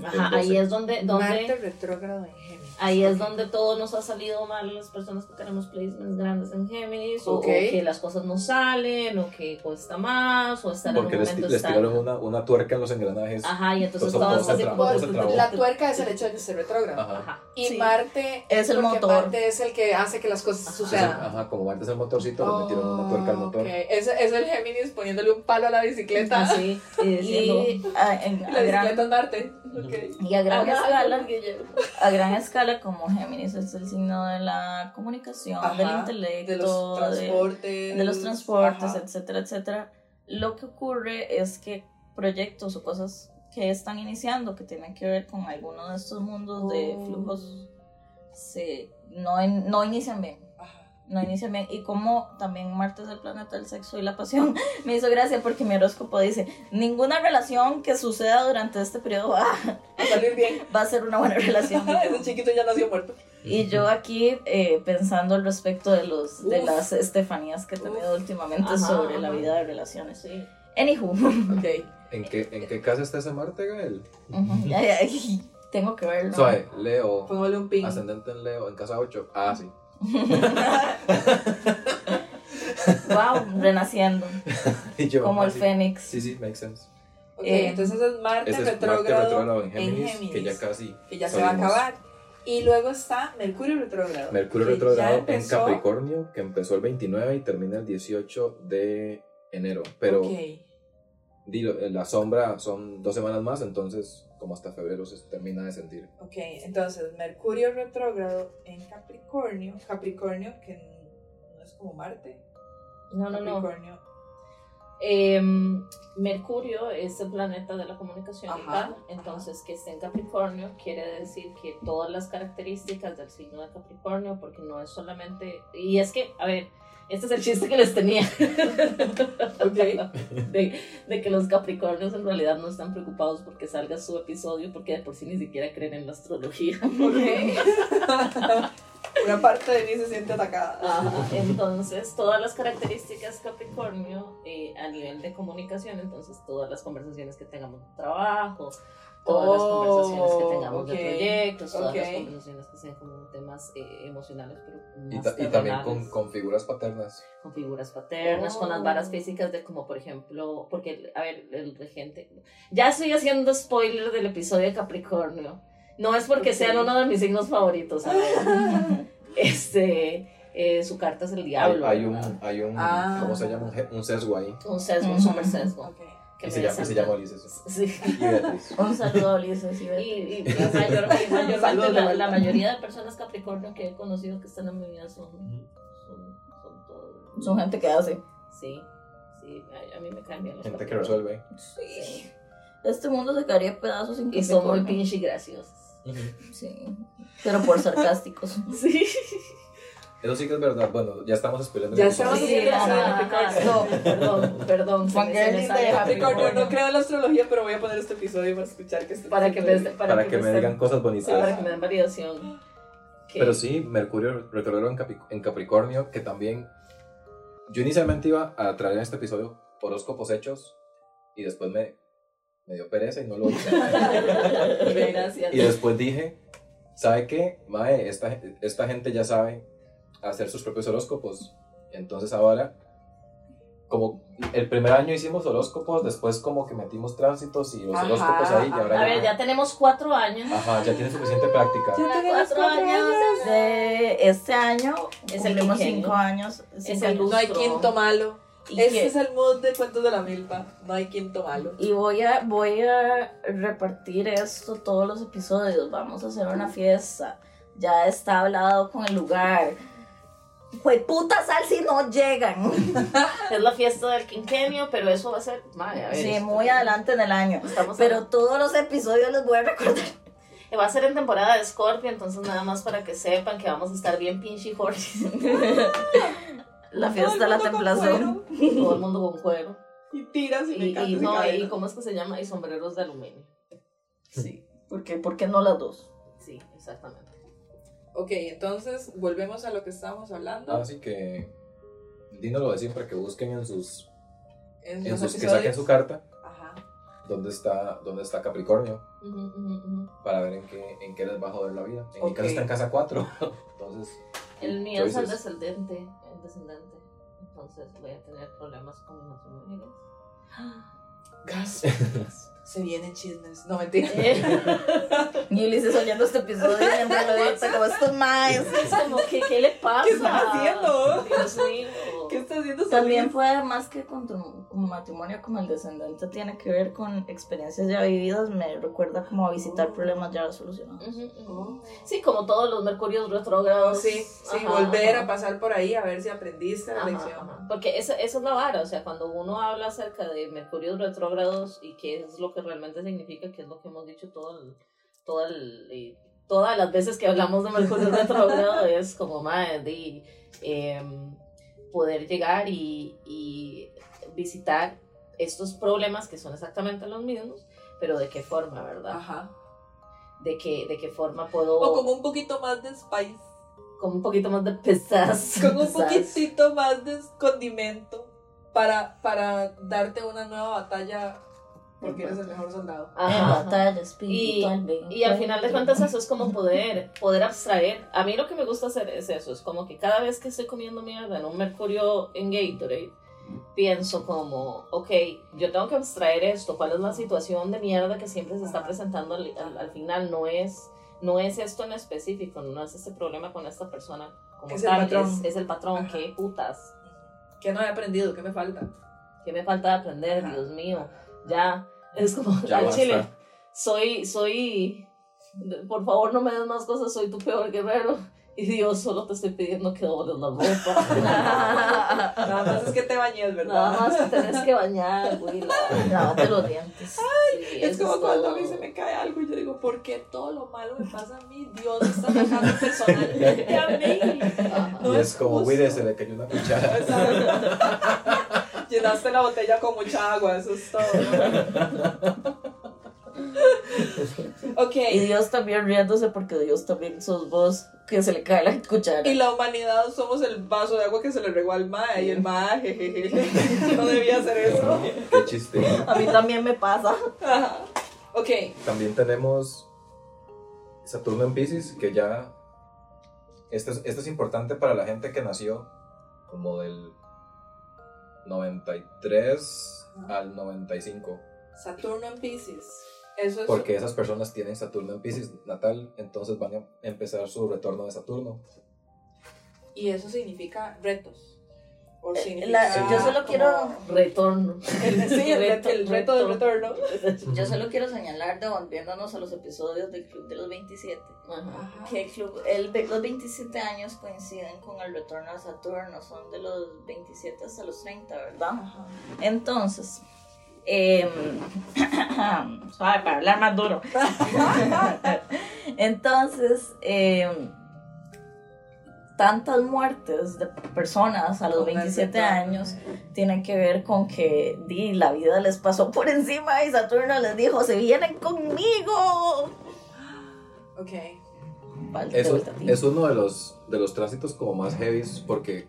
[SPEAKER 4] Ajá, ahí es donde,
[SPEAKER 1] Marte
[SPEAKER 4] donde,
[SPEAKER 1] retrógrado en Géminis.
[SPEAKER 4] ahí es donde todo nos ha salido mal, las personas que tenemos placements grandes en Géminis, o-
[SPEAKER 1] Ok.
[SPEAKER 4] o, que las cosas no salen, o que cuesta más, o estar en
[SPEAKER 3] Porque
[SPEAKER 4] un
[SPEAKER 3] les,
[SPEAKER 4] momento
[SPEAKER 3] les
[SPEAKER 4] están-
[SPEAKER 3] tiraron una, una tuerca en los engranajes.
[SPEAKER 4] Ajá, y entonces
[SPEAKER 3] Entonces,
[SPEAKER 4] todas
[SPEAKER 3] todo
[SPEAKER 4] así
[SPEAKER 3] se
[SPEAKER 4] como...
[SPEAKER 3] trabó, se trabó.
[SPEAKER 1] La tuerca es el hecho de que se retrógrado.
[SPEAKER 3] Ajá.
[SPEAKER 4] Ajá.
[SPEAKER 1] Y
[SPEAKER 2] Sí.
[SPEAKER 1] Marte
[SPEAKER 2] Es el
[SPEAKER 1] porque
[SPEAKER 2] motor.
[SPEAKER 1] Marte es el que hace que las cosas
[SPEAKER 3] Entonces,
[SPEAKER 1] sucedan.
[SPEAKER 3] ajá, como Marte es el motorcito, le metieron una tuerca al
[SPEAKER 1] Oh,
[SPEAKER 3] motor.
[SPEAKER 1] Ok, Es, es el Géminis poniéndole un palo a la bicicleta.
[SPEAKER 4] Así, y diciendo...
[SPEAKER 2] Ah, Y a, en-
[SPEAKER 1] La
[SPEAKER 2] a gran,
[SPEAKER 1] bicicleta es Marte. Ok.
[SPEAKER 2] y a gran
[SPEAKER 4] Ajá,
[SPEAKER 2] escala,
[SPEAKER 4] Guillermo.
[SPEAKER 2] a gran escala como Géminis es el signo de la comunicación,
[SPEAKER 1] Ajá,
[SPEAKER 2] del intelecto,
[SPEAKER 1] De los
[SPEAKER 2] de-
[SPEAKER 1] transportes.
[SPEAKER 2] de los transportes,
[SPEAKER 1] Ajá.
[SPEAKER 2] etcétera, etcétera, lo que ocurre es que proyectos o cosas que están iniciando que tienen que ver con alguno de estos mundos de
[SPEAKER 1] Oh.
[SPEAKER 2] flujos se, no, in- no inician bien.
[SPEAKER 1] Ajá.
[SPEAKER 2] No inician bien. Y como también Marte es el planeta del sexo y la pasión, me hizo gracia porque mi horóscopo dice: ninguna relación que suceda durante este periodo va,
[SPEAKER 1] Va a salir bien.
[SPEAKER 2] va a ser una buena relación.
[SPEAKER 1] Ese chiquito ya nació muerto.
[SPEAKER 2] Y yo aquí eh, pensando al respecto de, los, de
[SPEAKER 1] Uf.
[SPEAKER 2] las estefanías que he tenido últimamente
[SPEAKER 4] Ajá,
[SPEAKER 2] sobre la
[SPEAKER 4] ajá.
[SPEAKER 2] vida de relaciones.
[SPEAKER 4] Sí.
[SPEAKER 2] Anywho,
[SPEAKER 1] Ok.
[SPEAKER 3] ¿En qué, ¿En qué casa está ese Marte, Gael?
[SPEAKER 2] Ujú, ya, ya, y tengo que verlo.
[SPEAKER 3] Soy Leo,
[SPEAKER 1] Póngale un ping.
[SPEAKER 3] ascendente en Leo, en casa 8. Ah, sí.
[SPEAKER 2] wow, renaciendo.
[SPEAKER 3] Y yo, ah,
[SPEAKER 2] Como el
[SPEAKER 3] sí.
[SPEAKER 2] Fénix.
[SPEAKER 3] Sí, sí, makes sense.
[SPEAKER 1] Ok,
[SPEAKER 2] Eh,
[SPEAKER 1] entonces es Marte
[SPEAKER 3] Ese es Marte
[SPEAKER 1] retrógrado
[SPEAKER 3] retrógrado
[SPEAKER 1] en
[SPEAKER 3] en Géminis, que ya
[SPEAKER 1] Géminis,
[SPEAKER 3] casi.
[SPEAKER 1] que ya se va a
[SPEAKER 3] salimos.
[SPEAKER 1] acabar. Y luego está Mercurio retrógrado.
[SPEAKER 3] Mercurio
[SPEAKER 1] que ya
[SPEAKER 3] retrogrado en
[SPEAKER 1] empezó.
[SPEAKER 3] Capricornio, que empezó el 29 y termina el 18 de enero. Pero
[SPEAKER 1] Ok.
[SPEAKER 3] dilo, en la sombra son dos semanas más, entonces como hasta febrero se termina de sentir.
[SPEAKER 1] Ok, entonces Mercurio retrógrado en Capricornio, Capricornio que no es como Marte,
[SPEAKER 4] No, no, no.
[SPEAKER 1] Capricornio,
[SPEAKER 4] Em, Mercurio es el planeta de la comunicación
[SPEAKER 1] Ajá.
[SPEAKER 4] ¿verdad? entonces que esté en Capricornio quiere decir que todas las características del signo de Capricornio, porque no es solamente, y es que, a ver, este es el chiste que les tenía,
[SPEAKER 1] Ok.
[SPEAKER 4] de, de que los Capricornios en realidad no están preocupados porque salga su episodio, porque de por sí ni siquiera creen en la astrología.
[SPEAKER 1] Ok. Una parte de mí se siente atacada.
[SPEAKER 4] Ajá, Ah, entonces, todas las características Capricornio eh, a nivel de comunicación, entonces todas las conversaciones que tengamos de trabajo, todas
[SPEAKER 1] Oh,
[SPEAKER 4] las conversaciones que tengamos
[SPEAKER 1] ok,
[SPEAKER 4] de proyectos, todas
[SPEAKER 1] ok.
[SPEAKER 4] las conversaciones que sean como temas eh, emocionales, pero más
[SPEAKER 3] Y, ta- y también con,
[SPEAKER 4] terrenales,
[SPEAKER 3] con figuras paternas.
[SPEAKER 4] con figuras paternas, con las
[SPEAKER 1] Oh.
[SPEAKER 4] varas físicas de como por ejemplo, porque, a ver, el regente, ya estoy haciendo spoiler del episodio de Capricornio. No es porque
[SPEAKER 1] Ok.
[SPEAKER 4] sean uno de mis signos favoritos, a ver este, eh, su carta es el
[SPEAKER 3] Hay,
[SPEAKER 4] diablo.
[SPEAKER 3] hay un,
[SPEAKER 4] ¿verdad?
[SPEAKER 3] hay un
[SPEAKER 1] Ah.
[SPEAKER 3] ¿cómo se llama? Un, je- un sesgo ahí.
[SPEAKER 4] Un sesgo, un
[SPEAKER 2] Ujú.
[SPEAKER 4] super sesgo.
[SPEAKER 1] Ok.
[SPEAKER 4] que
[SPEAKER 3] Y
[SPEAKER 4] me
[SPEAKER 3] se, llama, y se
[SPEAKER 4] desagrada.
[SPEAKER 3] llama Ulises.
[SPEAKER 4] Sí.
[SPEAKER 3] Y Beatriz.
[SPEAKER 2] Un saludo a Ulises y
[SPEAKER 4] Y,
[SPEAKER 2] Beatriz.
[SPEAKER 4] y- y mayor- y mayormente
[SPEAKER 1] Saludos de
[SPEAKER 4] la,
[SPEAKER 1] vuelta.
[SPEAKER 4] la mayoría de personas Capricornio que he conocido que están en mi vida son, son, son todos.
[SPEAKER 2] Son gente que hace.
[SPEAKER 4] Sí, sí, a, a mí me cambian los
[SPEAKER 3] Gente que
[SPEAKER 4] Capricornio.
[SPEAKER 3] resuelve.
[SPEAKER 2] Sí. Este mundo se caería a pedazos sin
[SPEAKER 4] Y son muy
[SPEAKER 2] Capricornio.
[SPEAKER 4] pinche graciosos.
[SPEAKER 2] Sí. Pero por sarcásticos.
[SPEAKER 4] Sí.
[SPEAKER 3] Eso sí que es verdad. Bueno, ya estamos spoilando.
[SPEAKER 1] Ya
[SPEAKER 3] el
[SPEAKER 1] estamos
[SPEAKER 3] episodio.
[SPEAKER 1] Sí,
[SPEAKER 4] Sí,
[SPEAKER 1] ajá,
[SPEAKER 4] No, perdón, perdón. se me- se me
[SPEAKER 2] Fangirling
[SPEAKER 4] sale
[SPEAKER 2] de
[SPEAKER 1] Capricornio,
[SPEAKER 4] Capricornio.
[SPEAKER 1] no creo en la astrología, pero voy a poner este episodio para escuchar que esté-
[SPEAKER 4] Para que me, para
[SPEAKER 3] Para que me digan cosas
[SPEAKER 4] Sí,
[SPEAKER 3] bonitas.
[SPEAKER 4] para que me den variación. Que-
[SPEAKER 3] Pero sí, Mercurio retrogrado en, Capi- en Capricornio, que también yo inicialmente iba a traer en este episodio horóscopos hechos y después me, me dio pereza y no lo hice.
[SPEAKER 4] Gracias.
[SPEAKER 3] y después dije, ¿sabe qué? Mae, esta, esta gente ya sabe hacer sus propios horóscopos. Entonces ahora, como el primer año hicimos horóscopos, después como que metimos tránsitos y los
[SPEAKER 1] Ajá,
[SPEAKER 3] horóscopos ahí y ahora
[SPEAKER 4] A ver,
[SPEAKER 3] ya,
[SPEAKER 4] ya tenemos cuatro años.
[SPEAKER 3] Ajá, ya tiene suficiente práctica.
[SPEAKER 1] Ya
[SPEAKER 4] Para
[SPEAKER 1] tenemos
[SPEAKER 4] cuatro años.
[SPEAKER 2] De este año
[SPEAKER 4] Es el
[SPEAKER 2] cumplimos
[SPEAKER 4] quinquenio.
[SPEAKER 2] cinco años.
[SPEAKER 4] Es el
[SPEAKER 2] cinco años.
[SPEAKER 1] No hay quinto malo.
[SPEAKER 2] Y
[SPEAKER 1] Este
[SPEAKER 2] que-
[SPEAKER 1] es el mood de cuentos de la milpa. No hay quinto malo.
[SPEAKER 2] Y voy a, voy a repartir esto todos los episodios. Vamos a hacer una fiesta. Ya está hablado con el lugar. Jueputa sal si no llegan.
[SPEAKER 4] Es la fiesta del quinquenio, pero eso va a ser. madre, a ver,
[SPEAKER 2] Sí,
[SPEAKER 4] esto-
[SPEAKER 2] muy adelante en el año.
[SPEAKER 4] Estamos
[SPEAKER 2] Pero todos los episodios les voy a recordar.
[SPEAKER 4] a- va a ser en temporada de Scorpio, entonces nada más para que sepan que vamos a estar bien pinche horses.
[SPEAKER 2] La fiesta
[SPEAKER 1] Todo
[SPEAKER 2] la
[SPEAKER 1] el mundo con
[SPEAKER 2] templazón.
[SPEAKER 1] cuero
[SPEAKER 4] Todo el mundo con cuero.
[SPEAKER 1] Y tiras y, me
[SPEAKER 4] Y,
[SPEAKER 1] encanta
[SPEAKER 4] y,
[SPEAKER 1] ese
[SPEAKER 4] no,
[SPEAKER 1] cabello.
[SPEAKER 4] y ¿cómo es que se llama? Y sombreros de aluminio.
[SPEAKER 2] Sí. ¿Por qué? ¿Por qué no las dos?
[SPEAKER 4] Sí, exactamente.
[SPEAKER 1] Ok, entonces volvemos a lo que estábamos hablando.
[SPEAKER 3] Así que, Dino lo de siempre, que busquen en sus
[SPEAKER 1] en
[SPEAKER 3] en
[SPEAKER 1] los
[SPEAKER 3] sus, que
[SPEAKER 1] episodios.
[SPEAKER 3] saquen su carta,
[SPEAKER 1] Ajá.
[SPEAKER 3] dónde está, dónde está Capricornio,
[SPEAKER 4] Ujú, ujú, ujú.
[SPEAKER 3] para ver en qué, en qué les va a joder la vida. En
[SPEAKER 1] Ok.
[SPEAKER 3] mi casa está en casa 4. Entonces,
[SPEAKER 4] El mío es el
[SPEAKER 3] Choices.
[SPEAKER 4] descendente, el descendente. Entonces voy a tener problemas con mis matrimonios.
[SPEAKER 1] Gas. Se vienen chismes. No, mentira.
[SPEAKER 2] Y Ulises oyendo este episodio mientras lo edita como estos maes.
[SPEAKER 4] Es como que, ¿qué le pasa?
[SPEAKER 1] ¿Qué están haciendo?
[SPEAKER 4] Dios mío.
[SPEAKER 1] ¿Qué está haciendo esa
[SPEAKER 2] También fue más que con tu- como matrimonio, como el descendente tiene que ver con experiencias ya vividas, me recuerda como a visitar problemas ya solucionados.
[SPEAKER 4] Ujú, ujú.
[SPEAKER 1] Oh.
[SPEAKER 4] Sí, como todos los mercurios
[SPEAKER 1] Oh,
[SPEAKER 4] retrógrados.
[SPEAKER 1] sí, sí,
[SPEAKER 4] Ajá,
[SPEAKER 1] volver
[SPEAKER 4] ajá.
[SPEAKER 1] a pasar por ahí a ver si aprendiste la
[SPEAKER 4] Ajá,
[SPEAKER 1] lección.
[SPEAKER 4] ajá. Porque esa, esa es la vara, o sea, cuando uno habla acerca de mercurios retrógrados y qué es lo que realmente significa, que es lo que hemos dicho todo el- todo el- eh, todas las veces que hablamos de mercurio retrógrado, es como, madre, de, em, poder llegar y, y visitar estos problemas que son exactamente los mismos, pero de qué forma, ¿verdad?
[SPEAKER 1] Ajá. Oh.
[SPEAKER 4] De, qué, de qué forma puedo...
[SPEAKER 1] Ah. O con un poquito más de spice.
[SPEAKER 4] con un poquito más de pesas.
[SPEAKER 1] Con un
[SPEAKER 4] pesas.
[SPEAKER 1] poquitito más de condimento para, para darte una nueva batalla porque eres el mejor soldado.
[SPEAKER 4] Ajá.
[SPEAKER 2] Matar espiritualmente.
[SPEAKER 4] Y al final de cuentas eso es como poder, poder abstraer. A mí lo que me gusta hacer es eso, es como que cada vez que estoy comiendo mierda en un mercurio en Gatorade, pienso como, ok, yo tengo que abstraer esto, cuál es la situación de mierda que siempre se está presentando al, al- al final, no es, no es esto en específico, no es este problema con esta persona como
[SPEAKER 1] Es el
[SPEAKER 4] tal,
[SPEAKER 1] patrón.
[SPEAKER 4] es, es el patrón,
[SPEAKER 1] Ajá.
[SPEAKER 4] qué putas,
[SPEAKER 1] ¿Qué no he aprendido? ¿Qué me falta?
[SPEAKER 4] qué me falta de aprender,
[SPEAKER 1] Ajá.
[SPEAKER 4] Dios mío, ya, es como,
[SPEAKER 3] Ya
[SPEAKER 4] al
[SPEAKER 3] basta.
[SPEAKER 4] chile, soy, soy, por favor no me des más cosas, soy tu peor guerrero. Y Dios, solo te estoy pidiendo que dobles la ropa.
[SPEAKER 1] Nada más es que te bañes, ¿verdad?
[SPEAKER 4] Nada más te tenés que bañar, güey.
[SPEAKER 2] Lávate los dientes.
[SPEAKER 4] Sí,
[SPEAKER 1] Es
[SPEAKER 4] eso
[SPEAKER 1] como
[SPEAKER 4] es
[SPEAKER 1] cuando a
[SPEAKER 4] todo.
[SPEAKER 1] mí se me cae algo y yo digo, ¿por qué todo lo malo me pasa a mí? Dios me está atacando personalmente a mí.
[SPEAKER 4] Ajá.
[SPEAKER 1] No
[SPEAKER 3] y
[SPEAKER 1] es
[SPEAKER 3] es como,
[SPEAKER 1] justo.
[SPEAKER 3] mire, se le cayó una cuchara.
[SPEAKER 1] Exacto. Llenaste la botella con mucha agua, eso es todo. ok,
[SPEAKER 2] Y Dios también riéndose porque Dios también sos vos que se le cae la cuchara.
[SPEAKER 1] y la humanidad somos el vaso de agua que se le regó al mae y el mae, jejeje, no debía hacer eso.
[SPEAKER 3] Qué chiste.
[SPEAKER 2] A mí también me pasa.
[SPEAKER 1] Ajá. Ok,
[SPEAKER 3] También tenemos Saturno en Pisces, que ya. Esto es, esto es importante para la gente que nació como del 93 al 95.
[SPEAKER 1] Saturno en Pisces. Eso es
[SPEAKER 3] Porque esas personas tienen Saturno en Pisces natal, entonces van a empezar su retorno de Saturno.
[SPEAKER 1] Y eso significa retos. O
[SPEAKER 2] Eh, La- yo solo
[SPEAKER 1] como-
[SPEAKER 2] quiero-
[SPEAKER 4] Retorno.
[SPEAKER 1] El, sí, el, reto, el reto del retorno.
[SPEAKER 2] Yo solo quiero señalar, devolviéndonos a los episodios del Club de los 27,
[SPEAKER 4] Ajá.
[SPEAKER 2] que el club, el ve- los 27 años coinciden con el retorno a Saturno, son de los 27 hasta los 30, ¿verdad?
[SPEAKER 1] Ajá.
[SPEAKER 2] Entonces, eh, suave, para hablar más duro. Entonces, eh, tantas muertes de personas a los 27 años tienen que ver con que di, la vida les pasó por encima y Saturno les dijo, se vienen conmigo.
[SPEAKER 1] Ok.
[SPEAKER 2] Falta de
[SPEAKER 3] Eso,
[SPEAKER 2] voltativo.
[SPEAKER 3] es uno de los, de los tránsitos como más heavies porque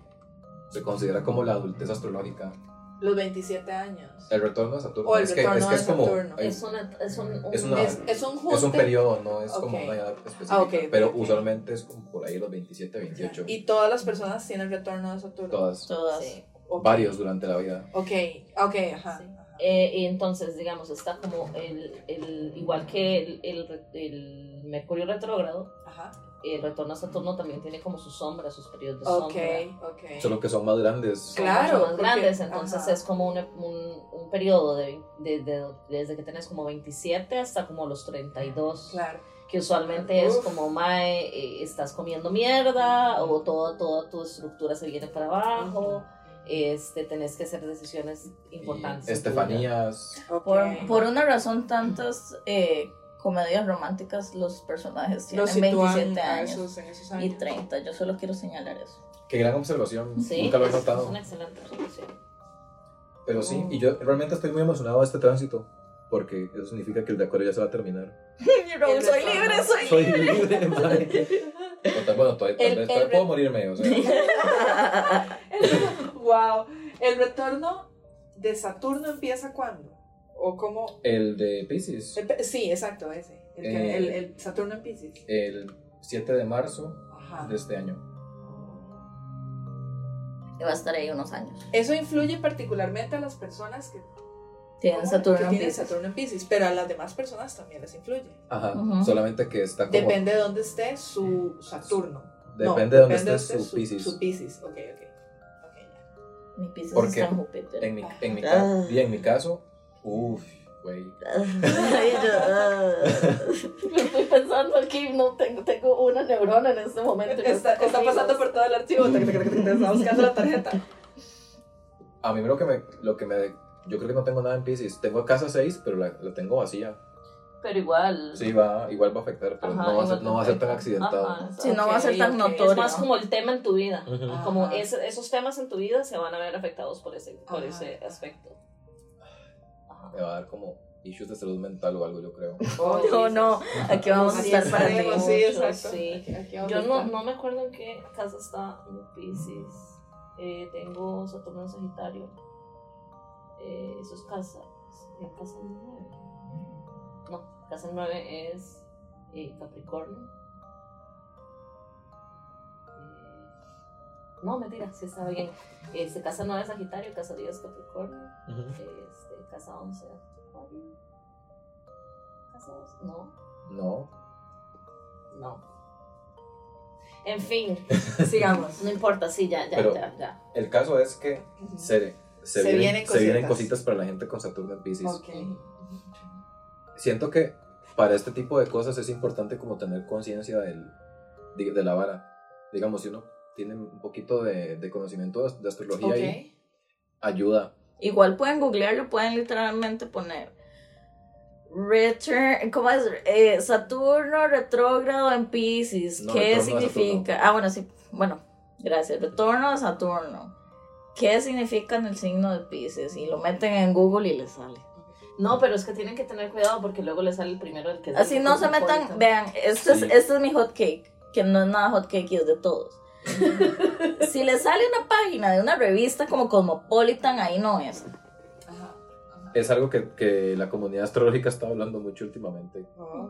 [SPEAKER 3] se considera como la adultez astrológica.
[SPEAKER 1] Los 27 años.
[SPEAKER 3] El retorno de Saturno.
[SPEAKER 1] O el
[SPEAKER 3] es que,
[SPEAKER 1] retorno
[SPEAKER 3] es, que
[SPEAKER 1] de
[SPEAKER 3] es como.
[SPEAKER 1] Saturno.
[SPEAKER 4] Es, una, es un, un-
[SPEAKER 3] Es una-
[SPEAKER 1] es, es un junte.
[SPEAKER 3] Es un periodo, no es
[SPEAKER 1] Ok.
[SPEAKER 3] como una edad específica.
[SPEAKER 1] Ah, ok, ok,
[SPEAKER 3] pero
[SPEAKER 1] ok.
[SPEAKER 3] usualmente es como por ahí los 27, 28.
[SPEAKER 1] Y todas las personas tienen retorno de Saturno.
[SPEAKER 3] todas.
[SPEAKER 2] Todas.
[SPEAKER 4] Sí.
[SPEAKER 1] Ok.
[SPEAKER 3] Varios durante la vida.
[SPEAKER 1] Ok, ok, ajá.
[SPEAKER 4] Sí. Eh, y entonces, digamos, está como el, el igual que el, el- el Mercurio retrógrado,
[SPEAKER 1] Ajá.
[SPEAKER 4] el retorno a Saturno también tiene como sus sombras, sus periodos de
[SPEAKER 1] Ok,
[SPEAKER 4] sombra.
[SPEAKER 1] ok.
[SPEAKER 3] Solo que son más grandes.
[SPEAKER 4] Son
[SPEAKER 1] Claro,
[SPEAKER 4] mucho más
[SPEAKER 1] porque-
[SPEAKER 4] grandes, entonces
[SPEAKER 1] ajá.
[SPEAKER 4] es como un, un, un periodo de, de- de- desde que tenés como 27 hasta como los 32.
[SPEAKER 1] Claro.
[SPEAKER 4] que usualmente es
[SPEAKER 1] Uf.
[SPEAKER 4] como mae, eh, estás comiendo mierda o toda toda tu estructura se viene para abajo, este tenés que hacer decisiones
[SPEAKER 3] Y
[SPEAKER 4] importantes. en tu vida.
[SPEAKER 3] Estefanías.
[SPEAKER 1] Ok.
[SPEAKER 2] Por, por una razón, tantas eh, comedias románticas los personajes tienen
[SPEAKER 1] Los sitúan
[SPEAKER 2] 27
[SPEAKER 1] a
[SPEAKER 2] años
[SPEAKER 1] esos- en esos años.
[SPEAKER 2] y 30. Yo solo quiero señalar eso.
[SPEAKER 3] Qué gran observación.
[SPEAKER 4] Sí,
[SPEAKER 3] Nunca lo he
[SPEAKER 4] es- Es
[SPEAKER 3] notado.
[SPEAKER 4] una excelente solución.
[SPEAKER 3] Pero sí, y yo realmente estoy muy emocionado de este tránsito. Porque eso significa que el de Acuario ya se va a terminar.
[SPEAKER 1] Rob,
[SPEAKER 2] soy libre, soy
[SPEAKER 3] Soy libre, madre. O tal- Bueno,
[SPEAKER 1] El-
[SPEAKER 3] todavía, tal vez-
[SPEAKER 1] el-
[SPEAKER 3] todavía puedo morirme. O sea,
[SPEAKER 1] wow. El retorno de Saturno empieza cuándo? ¿O cómo?
[SPEAKER 3] el de Pisces.
[SPEAKER 1] El pe- Sí, exacto, ese. El, que-
[SPEAKER 3] Eh.
[SPEAKER 1] el, el Saturno en Pisces.
[SPEAKER 3] El 7 de marzo
[SPEAKER 1] Ajá.
[SPEAKER 3] de este año.
[SPEAKER 2] Y va a estar ahí unos años.
[SPEAKER 1] Eso influye particularmente a las personas que
[SPEAKER 2] Tienen
[SPEAKER 1] ¿cómo?
[SPEAKER 2] Saturno
[SPEAKER 1] que
[SPEAKER 2] en
[SPEAKER 1] tienen
[SPEAKER 2] Pisces.
[SPEAKER 1] Saturno en Pisces, pero a las demás personas también les influye.
[SPEAKER 3] Ajá.
[SPEAKER 2] Ujú.
[SPEAKER 3] Solamente que está como.
[SPEAKER 1] Depende de dónde esté su Saturno. No,
[SPEAKER 3] depende de dónde esté
[SPEAKER 1] depende
[SPEAKER 3] su Pisces.
[SPEAKER 1] Su Pisces, ok, ok. okay ya.
[SPEAKER 2] Mi Pisces
[SPEAKER 3] ¿Por qué?
[SPEAKER 2] está en Júpiter.
[SPEAKER 3] En mi, en mi,
[SPEAKER 2] Ah.
[SPEAKER 3] ca- y en mi caso, uff, güey.
[SPEAKER 2] Ay, yo, ah.
[SPEAKER 4] Lo estoy pensando aquí, no tengo, tengo una neurona en este momento. y no
[SPEAKER 1] Está, está
[SPEAKER 4] conmigo.
[SPEAKER 1] pasando por todo el archivo, te, te- te- te- te está buscando la tarjeta.
[SPEAKER 3] A mí lo que me, lo que me, yo creo que no tengo nada en Pisces. Tengo casa 6, pero la, la tengo vacía.
[SPEAKER 4] Pero igual.
[SPEAKER 3] Sí, va, igual va a afectar, pero
[SPEAKER 4] Ajá,
[SPEAKER 3] no, va a ser,
[SPEAKER 4] igual
[SPEAKER 3] no va a ser tan
[SPEAKER 4] perfecto.
[SPEAKER 3] accidentado.
[SPEAKER 4] Ajá,
[SPEAKER 2] Sí, no va a
[SPEAKER 1] Ok,
[SPEAKER 2] ser tan
[SPEAKER 1] ok.
[SPEAKER 2] notorio.
[SPEAKER 4] Es más como el tema en tu vida.
[SPEAKER 3] Ujú.
[SPEAKER 1] Ajá.
[SPEAKER 4] Como es- esos temas en tu vida se van a ver afectados por ese, por
[SPEAKER 1] Ajá.
[SPEAKER 4] ese aspecto. Ajá.
[SPEAKER 3] Me va a dar como issues de salud mental o algo, yo creo.
[SPEAKER 1] Oh,
[SPEAKER 2] No,
[SPEAKER 1] Jesus.
[SPEAKER 2] no, aquí vamos a
[SPEAKER 1] Así
[SPEAKER 2] estar para ti.
[SPEAKER 1] estaremos,
[SPEAKER 4] ti.
[SPEAKER 1] Sí, exacto.
[SPEAKER 4] Sí.
[SPEAKER 1] Aquí- aquí vamos a
[SPEAKER 4] Yo no,
[SPEAKER 1] estar.
[SPEAKER 4] no me acuerdo en qué casa está mi Pisces. Eh, tengo Saturno en Sagitario. Eh, eso es casa. En casa 9. No, casa 9 es eh, Capricornio. Eh, No, mentira, sí está bien. Este, casa 9 es Sagitario, casa 10 es Capricornio. Este, casa 11 es Acuario. Casa 12, no,
[SPEAKER 3] No.
[SPEAKER 4] no. En fin,
[SPEAKER 2] Sigamos.
[SPEAKER 4] no importa, sí, ya, ya,
[SPEAKER 3] Pero-
[SPEAKER 4] ya, ya.
[SPEAKER 3] El caso es que
[SPEAKER 1] Ujú.
[SPEAKER 3] se,
[SPEAKER 1] Se
[SPEAKER 3] se, vienen,
[SPEAKER 1] vienen
[SPEAKER 3] se vienen
[SPEAKER 1] cositas.
[SPEAKER 3] cositas para la gente con Saturno en Pisces.
[SPEAKER 1] Ok.
[SPEAKER 3] Siento que para este tipo de cosas es importante como tener conciencia del- de, de la vara. Digamos, si uno tiene un poquito de, de conocimiento de, de astrología
[SPEAKER 1] Ok.
[SPEAKER 3] ahí, ayuda.
[SPEAKER 2] Igual pueden googlearlo, pueden literalmente poner return, ¿cómo es? Eh, Saturno retrógrado en Pisces.
[SPEAKER 3] No,
[SPEAKER 2] ¿Qué
[SPEAKER 3] retorno de
[SPEAKER 2] significa? Ah, bueno, sí. Bueno, gracias. Retorno de Saturno. ¿Qué significa en el signo de Pisces? Y lo meten en Google y les sale.
[SPEAKER 4] No, pero es que tienen que tener cuidado porque luego le sale el primero el que es
[SPEAKER 2] Así
[SPEAKER 4] el
[SPEAKER 2] no se metan,
[SPEAKER 4] cosmopolita.
[SPEAKER 2] vean, este,
[SPEAKER 3] Sí.
[SPEAKER 2] es, este es mi hot cake, que no es nada hot cake y es de todos. si les sale una página de una revista como Cosmopolitan, ahí no es.
[SPEAKER 1] Ajá, ajá.
[SPEAKER 3] Es algo que, que la comunidad astrológica está hablando mucho últimamente,
[SPEAKER 1] Oh.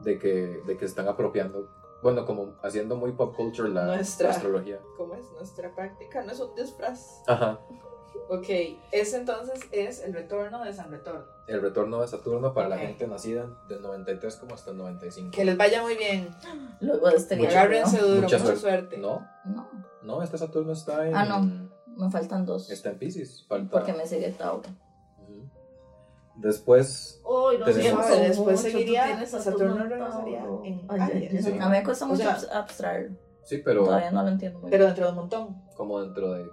[SPEAKER 3] de que, de que están apropiando, bueno, como haciendo muy pop culture la, la
[SPEAKER 1] Nuestra.
[SPEAKER 3] astrología.
[SPEAKER 1] ¿Cómo es nuestra práctica? No es un disfraz.
[SPEAKER 3] Ajá.
[SPEAKER 1] Ok, ese entonces es el retorno de San Retorno.
[SPEAKER 3] El retorno de Saturno para
[SPEAKER 1] Ok.
[SPEAKER 3] la gente nacida del 93 como hasta el 95.
[SPEAKER 1] Que les vaya muy bien.
[SPEAKER 2] Luego de este
[SPEAKER 3] Mucho-
[SPEAKER 2] video,
[SPEAKER 1] Agárrense duro,
[SPEAKER 3] Mucha
[SPEAKER 1] mucha, suerte.
[SPEAKER 3] No,
[SPEAKER 2] No,
[SPEAKER 3] no, este Saturno está en...
[SPEAKER 2] Ah, no. me faltan dos.
[SPEAKER 3] Está en Pisces. Falta...
[SPEAKER 2] Porque me sigue Tauro.
[SPEAKER 3] Ujú. Después,
[SPEAKER 4] Uy, no
[SPEAKER 3] Tenemos-
[SPEAKER 4] siento
[SPEAKER 1] Suave, después
[SPEAKER 4] mucho, tú
[SPEAKER 1] seguiría
[SPEAKER 4] tienes a tu
[SPEAKER 1] Saturno
[SPEAKER 4] montón.
[SPEAKER 1] regresaría en
[SPEAKER 2] Ay, ay, ay.
[SPEAKER 1] Aries.
[SPEAKER 3] Sí.
[SPEAKER 2] A mí me cuesta
[SPEAKER 1] O
[SPEAKER 2] mucho
[SPEAKER 1] sea-
[SPEAKER 2] abs- abstraerlo.
[SPEAKER 3] sí, pero
[SPEAKER 2] Todavía no lo entiendo muy
[SPEAKER 1] Pero
[SPEAKER 2] bien.
[SPEAKER 1] dentro de un montón.
[SPEAKER 3] como dentro de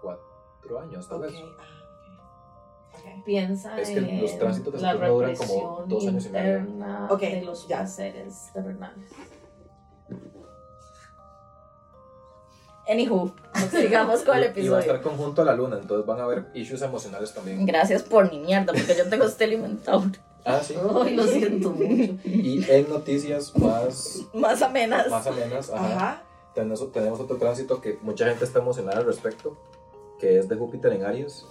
[SPEAKER 3] cuatro años, tal
[SPEAKER 1] Ok.
[SPEAKER 3] vez.
[SPEAKER 1] ah, ok.
[SPEAKER 4] Piensa
[SPEAKER 3] Es que
[SPEAKER 4] en
[SPEAKER 3] los tránsitos de
[SPEAKER 4] la
[SPEAKER 3] Saturno duran como
[SPEAKER 4] represión
[SPEAKER 3] dos años y medio.
[SPEAKER 4] interna
[SPEAKER 1] Ok,
[SPEAKER 4] de los
[SPEAKER 1] ya.
[SPEAKER 4] placeres terrenales.
[SPEAKER 2] Anywho, sigamos con
[SPEAKER 3] Y- Y
[SPEAKER 2] el
[SPEAKER 3] va a
[SPEAKER 2] episodio. Mm.
[SPEAKER 3] estar conjunto a la luna, entonces van a haber issues emocionales también.
[SPEAKER 2] Gracias por mi mierda, porque yo tengo este alimentador.
[SPEAKER 3] Ah, sí.
[SPEAKER 4] Uy, lo siento mucho.
[SPEAKER 3] Y en noticias más,
[SPEAKER 2] Más amenas.
[SPEAKER 3] más amenas, ajá,
[SPEAKER 1] Ajá.
[SPEAKER 3] Tenemos, tenemos otro tránsito que mucha gente está emocionada al respecto, que es de Júpiter en Aries.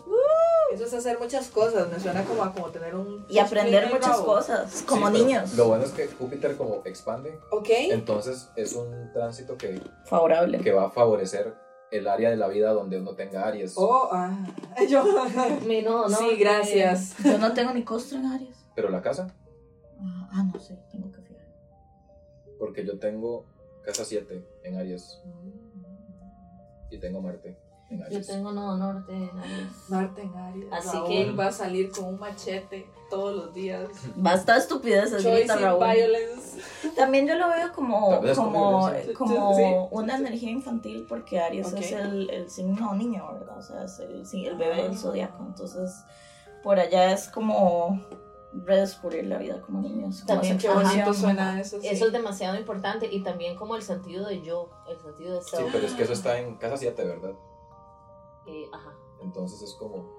[SPEAKER 1] Eso es hacer muchas cosas. Me suena como a como tener un.
[SPEAKER 2] Y aprender
[SPEAKER 1] un
[SPEAKER 2] muchas
[SPEAKER 1] rabo.
[SPEAKER 2] cosas, como
[SPEAKER 3] Sí, pero
[SPEAKER 2] niños.
[SPEAKER 3] Lo bueno es que Júpiter como expande,
[SPEAKER 1] Ok.
[SPEAKER 3] entonces es un tránsito que,
[SPEAKER 2] Favorable.
[SPEAKER 3] que va a favorecer el área de la vida donde uno tenga Aries.
[SPEAKER 1] Oh, ah. Yo.
[SPEAKER 4] Mi, no, no,
[SPEAKER 1] sí,
[SPEAKER 4] eh,
[SPEAKER 1] gracias.
[SPEAKER 2] Yo no tengo ni costra en Aries.
[SPEAKER 3] Pero la casa,
[SPEAKER 2] Ah, ah, no sé, tengo que fijar.
[SPEAKER 3] porque yo tengo casa 7 en Aries y tengo Marte en
[SPEAKER 4] Yo
[SPEAKER 3] Aries.
[SPEAKER 4] tengo no norte en Aries.
[SPEAKER 1] Marte en Aries.
[SPEAKER 4] Así
[SPEAKER 1] Raúl
[SPEAKER 4] que-
[SPEAKER 1] va a salir con un machete todos los días.
[SPEAKER 2] Basta de estupideces, grita
[SPEAKER 1] Choice
[SPEAKER 2] Raúl.
[SPEAKER 1] and violence.
[SPEAKER 2] También yo lo veo como,
[SPEAKER 3] Tal vez es
[SPEAKER 2] como,
[SPEAKER 3] convivencia.
[SPEAKER 2] como
[SPEAKER 1] Sí, sí,
[SPEAKER 2] una energía infantil porque Aries
[SPEAKER 1] Ok. Ah.
[SPEAKER 2] es el, el signo niño, ¿verdad? O sea, es el, sí, el bebé del zodiaco. Entonces, por allá es como redescubrir la vida como niños. como
[SPEAKER 4] También,
[SPEAKER 1] Qué
[SPEAKER 4] Ajá.
[SPEAKER 2] aceptación.
[SPEAKER 1] bonito suena eso. sí.
[SPEAKER 4] Eso es demasiado importante y también como el sentido de yo, el sentido de
[SPEAKER 3] Sí,
[SPEAKER 4] self.
[SPEAKER 3] pero es que eso está en casa 7, ¿verdad?
[SPEAKER 4] Eh, ajá.
[SPEAKER 3] Entonces es como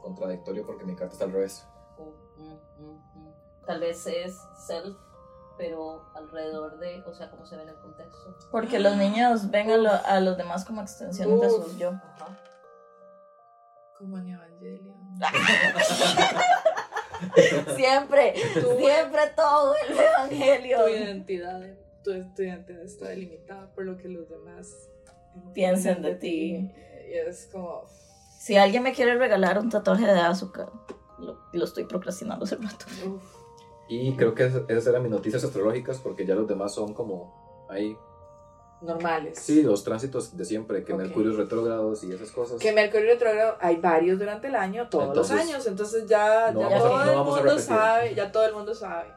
[SPEAKER 3] contradictorio porque mi carta está al revés.
[SPEAKER 4] Oh, mm, mm, mm. Tal vez es self, pero alrededor de, o sea, cómo se ve en el contexto.
[SPEAKER 2] Porque los niños ven a, lo- a los demás como extensiones de
[SPEAKER 1] Uf.
[SPEAKER 2] su yo.
[SPEAKER 4] Ajá.
[SPEAKER 1] Como en Evangelion.
[SPEAKER 2] Ah, Siempre, siempre todo el evangelio.
[SPEAKER 1] tu identidad, tu, tu identidad está delimitada por lo que los demás
[SPEAKER 2] Piensan de ti.
[SPEAKER 1] Y es como,
[SPEAKER 2] Si alguien me quiere regalar un tatuaje de azúcar, lo, lo estoy procrastinando hace rato.
[SPEAKER 1] uff,
[SPEAKER 3] Y creo que es- esas eran mis noticias astrológicas porque ya los demás son como ahí.
[SPEAKER 1] normales.
[SPEAKER 3] Sí, los tránsitos de siempre, que
[SPEAKER 1] Ok.
[SPEAKER 3] Mercurio retrógrados y esas cosas.
[SPEAKER 1] Que Mercurio retrógrado hay varios durante el año, todos los
[SPEAKER 3] Entonces,
[SPEAKER 1] años, entonces ya,
[SPEAKER 3] no
[SPEAKER 1] ya
[SPEAKER 2] vamos a-
[SPEAKER 1] todo
[SPEAKER 2] no
[SPEAKER 1] el
[SPEAKER 3] vamos a
[SPEAKER 1] mundo
[SPEAKER 3] repetir.
[SPEAKER 1] sabe, ya todo el mundo sabe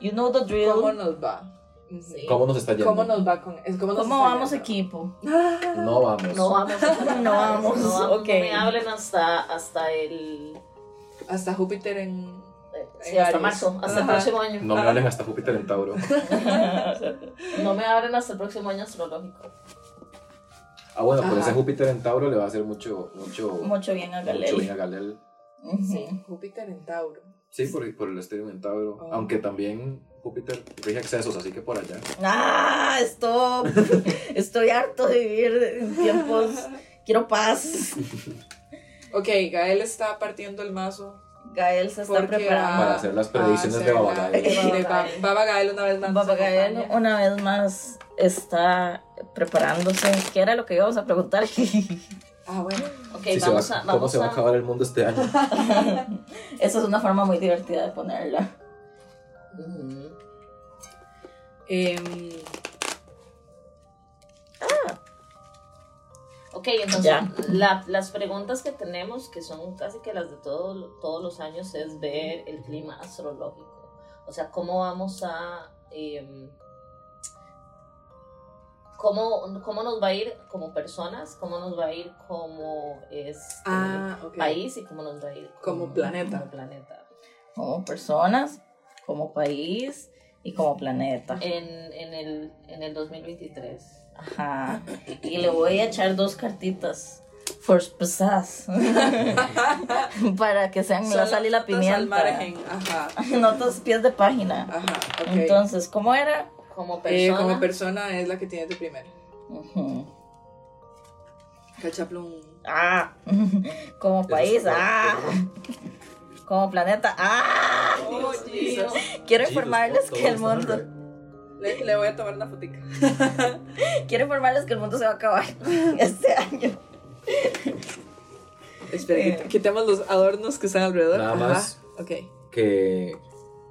[SPEAKER 2] You know the drill.
[SPEAKER 1] cómo nos va. Ujú.
[SPEAKER 4] Sí.
[SPEAKER 3] ¿Cómo nos está yendo?
[SPEAKER 1] ¿Cómo nos va con es cómo, nos
[SPEAKER 2] ¿Cómo
[SPEAKER 1] está
[SPEAKER 2] vamos
[SPEAKER 1] yendo?
[SPEAKER 2] equipo?
[SPEAKER 1] Ah,
[SPEAKER 3] No vamos.
[SPEAKER 4] No vamos.
[SPEAKER 2] No vamos,
[SPEAKER 4] No vamos.
[SPEAKER 2] ok.
[SPEAKER 4] No me hablen hasta, hasta el.
[SPEAKER 1] Hasta Júpiter en
[SPEAKER 4] eh,
[SPEAKER 1] En
[SPEAKER 4] sí, hasta
[SPEAKER 1] Aries.
[SPEAKER 4] marzo, hasta el
[SPEAKER 1] Ajá.
[SPEAKER 4] próximo año.
[SPEAKER 3] No me hablen hasta Júpiter en Tauro.
[SPEAKER 4] No me abren hasta el próximo año astrológico.
[SPEAKER 3] Ah, bueno, pero
[SPEAKER 1] Ajá.
[SPEAKER 3] ese Júpiter en Tauro le va a hacer mucho, mucho,
[SPEAKER 2] Mucho bien a
[SPEAKER 3] mucho bien a
[SPEAKER 2] Galel.
[SPEAKER 3] Galel.
[SPEAKER 2] Ujú.
[SPEAKER 1] sí, Júpiter en Tauro.
[SPEAKER 3] Sí, por, por el estilo en Tauro.
[SPEAKER 1] Oh.
[SPEAKER 3] Aunque también Júpiter rige excesos, así que por allá.
[SPEAKER 2] ¡Ah! Stop. Estoy harto de vivir en tiempos. Quiero paz.
[SPEAKER 1] Ok, Gael está partiendo el mazo.
[SPEAKER 2] Gael se está
[SPEAKER 1] Porque,
[SPEAKER 3] para
[SPEAKER 1] ah,
[SPEAKER 2] preparando.
[SPEAKER 3] hacer las predicciones de Babagael.
[SPEAKER 2] Gael.
[SPEAKER 1] De Ba- Baba Gael una vez más. nos
[SPEAKER 2] Baba Gael
[SPEAKER 1] acompaña.
[SPEAKER 2] una vez más está preparándose. ¿Qué era lo que íbamos a preguntar?
[SPEAKER 1] Ah, bueno.
[SPEAKER 4] Ok,
[SPEAKER 3] Si se va-
[SPEAKER 4] vamos a.
[SPEAKER 3] ¿Cómo
[SPEAKER 4] Vamos
[SPEAKER 3] se va a
[SPEAKER 4] a...
[SPEAKER 3] acabar el mundo este año?
[SPEAKER 2] Esa es una forma muy divertida de ponerla.
[SPEAKER 4] Ujú.
[SPEAKER 1] Em,
[SPEAKER 4] Ok, entonces
[SPEAKER 2] Ya.
[SPEAKER 4] la- las preguntas que tenemos, que son casi que las de todo- todos los años, es ver el clima astrológico. O sea, cómo vamos a... em, cómo, cómo nos va a ir como personas, cómo nos va a ir como este,
[SPEAKER 1] ah, ok.
[SPEAKER 4] país y cómo nos va a ir
[SPEAKER 1] Como planeta.
[SPEAKER 4] como planeta.
[SPEAKER 2] Como personas, como país y como
[SPEAKER 4] Eh,
[SPEAKER 2] planeta.
[SPEAKER 4] En, en, el, en el 2023.
[SPEAKER 2] Ajá. Y le voy a echar dos cartitas. For pesas. Para que sean la
[SPEAKER 1] Son
[SPEAKER 2] sal y la
[SPEAKER 1] notas al
[SPEAKER 2] pimienta.
[SPEAKER 1] margen, Ajá,
[SPEAKER 2] Notas pies de página.
[SPEAKER 1] ajá, ok.
[SPEAKER 2] Entonces, ¿cómo era?
[SPEAKER 4] Como
[SPEAKER 1] Eh,
[SPEAKER 4] persona.
[SPEAKER 1] como persona es la que tienes de primero.
[SPEAKER 2] Ujú.
[SPEAKER 1] Cachaplum.
[SPEAKER 2] Ah. Como país. Ah. Como planeta. Ah.
[SPEAKER 1] Oh,
[SPEAKER 4] Dios
[SPEAKER 1] Jesus.
[SPEAKER 4] mío.
[SPEAKER 2] Quiero informarles que el mundo.
[SPEAKER 1] Le, le voy a tomar una fotica.
[SPEAKER 2] Quiero informarles que el mundo se va a acabar este año.
[SPEAKER 1] Espera,
[SPEAKER 2] Eh.
[SPEAKER 1] quit- quitemos los adornos que están alrededor.
[SPEAKER 3] Nada
[SPEAKER 1] Ajá,
[SPEAKER 3] más.
[SPEAKER 1] Ok.
[SPEAKER 3] Que,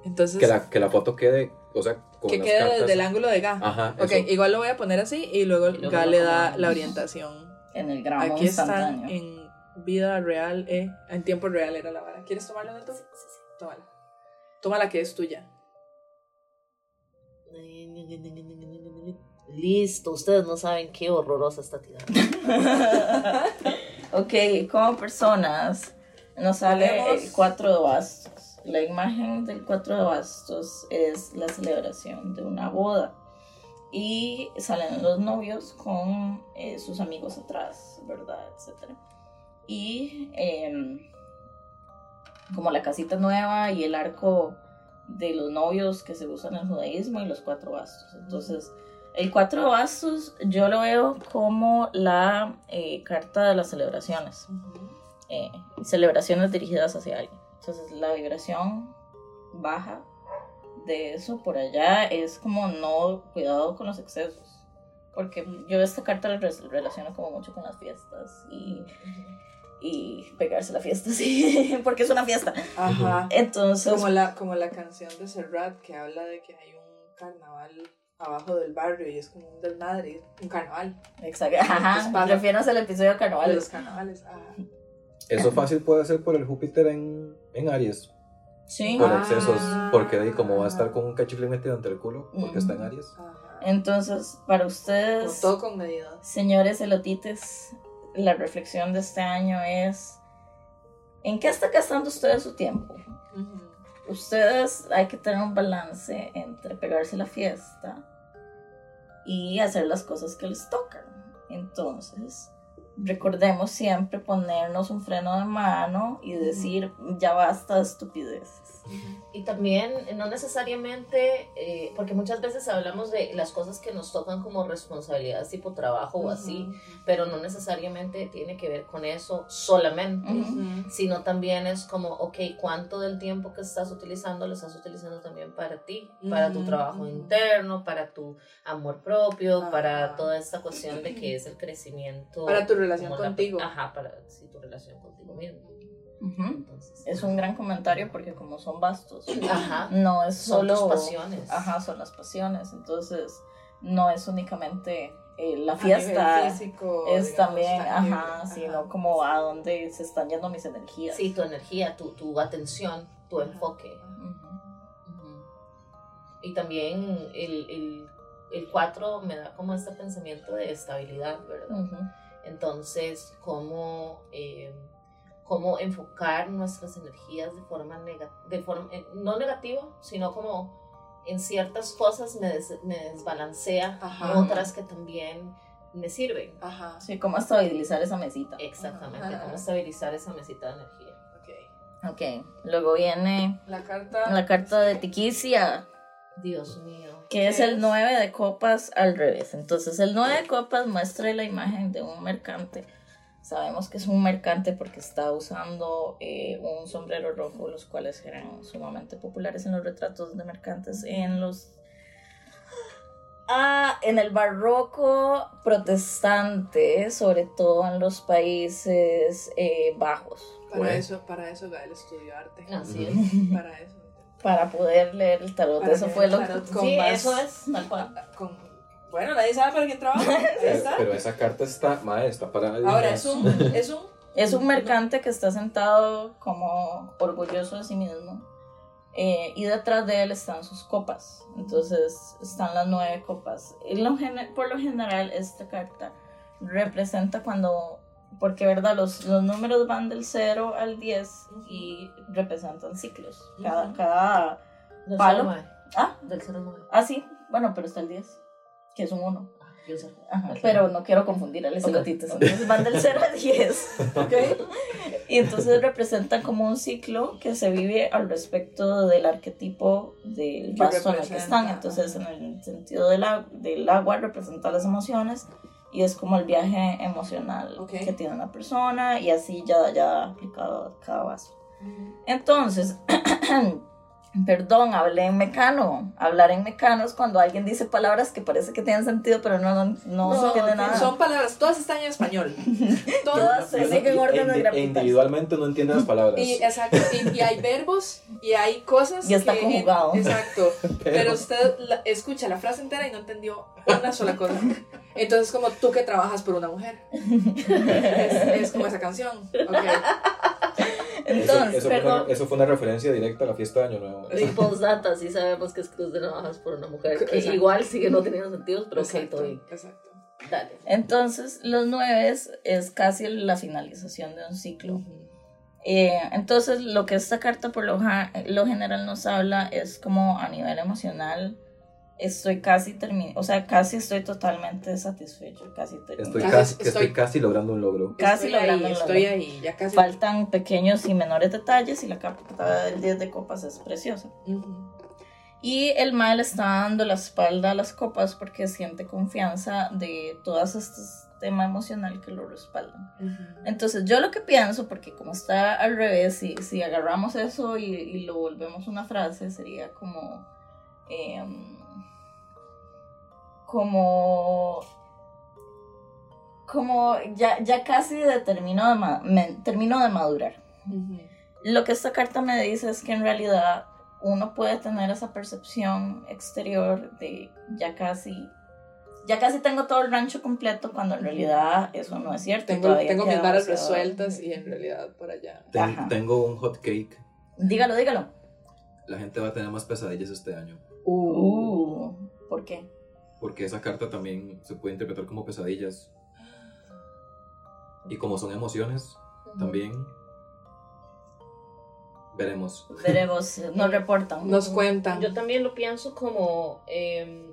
[SPEAKER 1] Entonces, que,
[SPEAKER 3] que, la, que la foto quede, o sea, con las
[SPEAKER 1] quede
[SPEAKER 3] cartas.
[SPEAKER 1] desde el ángulo de Ga.
[SPEAKER 3] Ajá,
[SPEAKER 1] ok,
[SPEAKER 3] eso.
[SPEAKER 1] igual lo voy a poner así y luego,
[SPEAKER 4] luego
[SPEAKER 1] Ga
[SPEAKER 4] lo
[SPEAKER 1] le da
[SPEAKER 4] acomodamos.
[SPEAKER 1] la orientación.
[SPEAKER 2] En el gramo
[SPEAKER 1] Aquí están
[SPEAKER 2] instantáneo.
[SPEAKER 1] en vida real, eh, en tiempo real era la vara. ¿Quieres tomarla, Neto? Sí, sí, sí. Tómala. Tómala que es tuya.
[SPEAKER 4] Listo, ustedes no saben qué horrorosa está tirada.
[SPEAKER 2] ok, como personas, nos sale
[SPEAKER 1] Tenemos-
[SPEAKER 2] el 4 de bastos. La imagen del 4 de bastos es la celebración de una boda. Y salen los novios con eh, sus amigos atrás, ¿verdad? Etcétera. Y em, como la casita nueva y el arco de los novios que se usan en el judaísmo y los cuatro bastos. Entonces, el cuatro de bastos yo lo veo como la eh, carta de las celebraciones, eh, celebraciones dirigidas hacia alguien. Entonces la vibración baja de eso por allá es como no cuidado con los excesos, porque yo esta carta la re- relaciono como mucho con las fiestas y, y pegarse la fiesta, sí, porque es una fiesta.
[SPEAKER 1] Ajá.
[SPEAKER 2] Entonces,
[SPEAKER 1] Como la, como la canción de Serrat que habla de que hay un carnaval abajo del barrio y es como un desmadre, es un carnaval.
[SPEAKER 2] exacto, ajá,
[SPEAKER 1] Entonces, pasa.
[SPEAKER 2] refieres al episodio de
[SPEAKER 1] De
[SPEAKER 2] carnaval.
[SPEAKER 1] los carnavales. ajá.
[SPEAKER 3] Eso fácil puede ser por el Júpiter en, en Aries.
[SPEAKER 2] Sí.
[SPEAKER 3] Por
[SPEAKER 1] Ah. Mm.
[SPEAKER 3] excesos. Porque de ahí, como va a estar con un cachifle metido entre el culo, porque está en Aries.
[SPEAKER 1] Ajá.
[SPEAKER 2] Entonces, para
[SPEAKER 1] Como
[SPEAKER 2] ustedes,
[SPEAKER 1] todo con medida.
[SPEAKER 2] señores elotites, la reflexión de este año es, ¿en qué está gastando ustedes su tiempo?
[SPEAKER 1] Ujú.
[SPEAKER 2] Ustedes hay que tener un balance entre pegarse la fiesta y hacer las cosas que les tocan. Entonces, recordemos siempre ponernos un freno de mano y decir, ya basta de estupideces.
[SPEAKER 4] Y también, eh, no necesariamente, eh, porque muchas veces hablamos de las cosas que nos tocan como responsabilidades tipo trabajo o así, pero no necesariamente tiene que ver con eso solamente.
[SPEAKER 2] Ujú.
[SPEAKER 1] Ujú.
[SPEAKER 4] Sino también es como, ok, ¿cuánto del tiempo que estás utilizando lo estás utilizando también para ti? Para tu
[SPEAKER 1] Ujú,
[SPEAKER 4] trabajo
[SPEAKER 1] ujú.
[SPEAKER 4] interno, para tu amor propio, para
[SPEAKER 1] Ah.
[SPEAKER 4] toda esta cuestión de que es el crecimiento.
[SPEAKER 1] Para tu relación
[SPEAKER 4] como la-
[SPEAKER 1] contigo.
[SPEAKER 4] ajá, para sí, tu relación contigo mismo.
[SPEAKER 2] Ujú.
[SPEAKER 4] Entonces,
[SPEAKER 2] Es un gran comentario porque como son bastos,
[SPEAKER 4] Ajá.
[SPEAKER 2] no es
[SPEAKER 4] Son
[SPEAKER 2] solo...
[SPEAKER 4] tus pasiones.
[SPEAKER 2] Ajá, son las pasiones. Entonces, no es únicamente eh, la
[SPEAKER 1] A nivel
[SPEAKER 2] fiesta.
[SPEAKER 1] físico,
[SPEAKER 2] Es
[SPEAKER 1] digamos,
[SPEAKER 2] también,
[SPEAKER 1] tangible,
[SPEAKER 2] ajá, sino como a dónde se están yendo mis energías.
[SPEAKER 4] Sí, tu energía, tu, tu atención, tu
[SPEAKER 1] Ajá.
[SPEAKER 4] enfoque.
[SPEAKER 2] Ujú.
[SPEAKER 4] Ujú. Y también el, el, 4 me da como este pensamiento de estabilidad, ¿verdad?
[SPEAKER 2] Ujú.
[SPEAKER 4] Entonces, cómo, eh, cómo enfocar nuestras energías de forma, nega- de forma eh, no negativa, sino como en ciertas cosas me, des- me desbalancea,
[SPEAKER 1] Ajá.
[SPEAKER 4] otras que también me sirven.
[SPEAKER 1] Ajá.
[SPEAKER 2] Sí, cómo estabilizar esa mesita.
[SPEAKER 4] Exactamente,
[SPEAKER 1] Ajá.
[SPEAKER 4] cómo estabilizar esa mesita de energía.
[SPEAKER 1] Ok.
[SPEAKER 2] Ok, luego viene
[SPEAKER 1] La carta.
[SPEAKER 2] la carta de Tiquicia,
[SPEAKER 4] Dios mío.
[SPEAKER 2] que es
[SPEAKER 1] ¿Qué
[SPEAKER 2] el
[SPEAKER 1] es?
[SPEAKER 2] 9 de copas al revés. Entonces, el 9 de copas muestra la imagen de un mercante Sabemos que es un mercante porque está usando eh, un sombrero rojo, los cuales eran sumamente populares en los retratos de mercantes en los... Ah, en el barroco protestante, sobre todo en los Países eh, Bajos,
[SPEAKER 1] Para
[SPEAKER 3] Bueno.
[SPEAKER 1] Pues. eso, para eso Gael estudió arte.
[SPEAKER 4] Así es.
[SPEAKER 1] Para eso.
[SPEAKER 2] para poder leer el tarot.
[SPEAKER 1] Para
[SPEAKER 2] eso
[SPEAKER 1] leer
[SPEAKER 2] fue
[SPEAKER 1] el
[SPEAKER 2] lo
[SPEAKER 1] tarot
[SPEAKER 2] que...
[SPEAKER 1] con
[SPEAKER 2] Sí,
[SPEAKER 1] más-
[SPEAKER 2] eso es, tal cual.
[SPEAKER 1] Con- Bueno, nadie sabe para quién trabaja. Ahí
[SPEAKER 3] Pero,
[SPEAKER 1] está.
[SPEAKER 3] pero esa carta está, ma, está para
[SPEAKER 1] Ahora es un, es un.
[SPEAKER 2] Es un mercante que está sentado como orgulloso de sí mismo. eh, y detrás de él están sus copas. Entonces están las nueve copas. Y lo gene- por lo general esta carta representa cuando... Porque, ¿verdad? Los, los números van del 0 al 10 y representan ciclos. Cada...
[SPEAKER 1] Ujú.
[SPEAKER 2] cada
[SPEAKER 4] Del
[SPEAKER 2] Palo.
[SPEAKER 4] 09.
[SPEAKER 2] Ah.
[SPEAKER 4] Del 09.
[SPEAKER 2] ah, sí. Bueno, pero está el 10, que es un 1.
[SPEAKER 4] Ah, yo sé. Ok.
[SPEAKER 2] Pero no quiero confundir a los
[SPEAKER 4] Ok.
[SPEAKER 2] celotitos. Entonces van del 0 al 10.
[SPEAKER 1] Ok.
[SPEAKER 2] Y entonces representan como un ciclo que se vive al respecto del arquetipo
[SPEAKER 1] Que
[SPEAKER 2] del vaso en el que
[SPEAKER 1] representa,
[SPEAKER 2] están. Entonces, en el sentido del, a- del agua, representa las emociones y es como el viaje emocional
[SPEAKER 1] Ok.
[SPEAKER 2] que tiene una persona y así ya, ya aplicado a cada vaso.
[SPEAKER 1] Mm.
[SPEAKER 2] Entonces, perdón, hablé en mecano. Hablar en mecano es cuando alguien dice palabras que parece que tienen sentido, pero no, no, no se tiene nada.
[SPEAKER 1] Son palabras, todas están en español.
[SPEAKER 2] Todas se
[SPEAKER 1] sí.
[SPEAKER 2] siguen orden
[SPEAKER 3] Indi-
[SPEAKER 2] gramatical.
[SPEAKER 3] individualmente no entiende las palabras.
[SPEAKER 1] Y, eh, exacto, y, y hay verbos y hay cosas
[SPEAKER 2] Y está
[SPEAKER 1] que-
[SPEAKER 2] conjugado.
[SPEAKER 1] exacto. Pero usted la- escucha la frase entera y no entendió una sola cosa. Entonces, como tú que trabajas por una mujer. Es, es como esa canción. Ok.
[SPEAKER 3] Eso-
[SPEAKER 2] Entonces,
[SPEAKER 3] eso, fue
[SPEAKER 2] perdón.
[SPEAKER 3] una, eso fue una referencia directa a la fiesta de Año Nuevo.
[SPEAKER 4] Y postdata, sí sabemos que es Cruz de Navajas por una mujer, que
[SPEAKER 1] Exacto.
[SPEAKER 4] igual sigue no teniendo sentido, pero ok,
[SPEAKER 1] Exacto,
[SPEAKER 4] todo bien.
[SPEAKER 1] exacto.
[SPEAKER 4] Dale.
[SPEAKER 2] Entonces, los nueve es casi la finalización de un ciclo. Eh, entonces, lo que esta carta por lo, ja- lo general nos habla es como a nivel emocional, estoy casi terminado, o sea, casi estoy totalmente satisfecho, casi
[SPEAKER 3] Estoy
[SPEAKER 2] terminado.
[SPEAKER 1] Casi-
[SPEAKER 3] casi, que
[SPEAKER 1] estoy-
[SPEAKER 3] estoy casi logrando un logro.
[SPEAKER 2] Casi
[SPEAKER 1] estoy
[SPEAKER 2] logrando
[SPEAKER 1] ahí,
[SPEAKER 2] el
[SPEAKER 1] estoy
[SPEAKER 2] logro.
[SPEAKER 1] ahí, ya casi.
[SPEAKER 2] Faltan pequeños y menores detalles y la carta del 10 de copas es preciosa.
[SPEAKER 1] Ujú.
[SPEAKER 2] Y el mal está dando la espalda a las copas porque siente confianza de todas estas tema emocional que lo respaldan.
[SPEAKER 1] Ujú.
[SPEAKER 2] Entonces, yo lo que pienso, porque como está al revés, si, si agarramos eso y, y lo volvemos una frase, sería como. em, como. Como ya, ya casi de termino de, ma- me- termino de madurar.
[SPEAKER 1] Ujú.
[SPEAKER 2] Lo que esta carta me dice es que en realidad uno puede tener esa percepción exterior de ya casi. Ya casi tengo todo el rancho completo cuando en realidad eso no es cierto.
[SPEAKER 1] Tengo,
[SPEAKER 2] todavía
[SPEAKER 1] tengo mis
[SPEAKER 2] queda
[SPEAKER 1] varas
[SPEAKER 2] demasiado.
[SPEAKER 1] resueltas y en realidad por allá.
[SPEAKER 3] Ten-
[SPEAKER 2] Ajá.
[SPEAKER 3] tengo un hot cake.
[SPEAKER 2] Dígalo, dígalo.
[SPEAKER 3] La gente va a tener más pesadillas este año.
[SPEAKER 2] Uh, ¿Por qué?
[SPEAKER 3] Porque esa carta también se puede interpretar como pesadillas. Y como son emociones, también. Veremos.
[SPEAKER 2] Veremos, nos reportan.
[SPEAKER 1] Nos cuentan.
[SPEAKER 4] Yo también lo pienso como eh,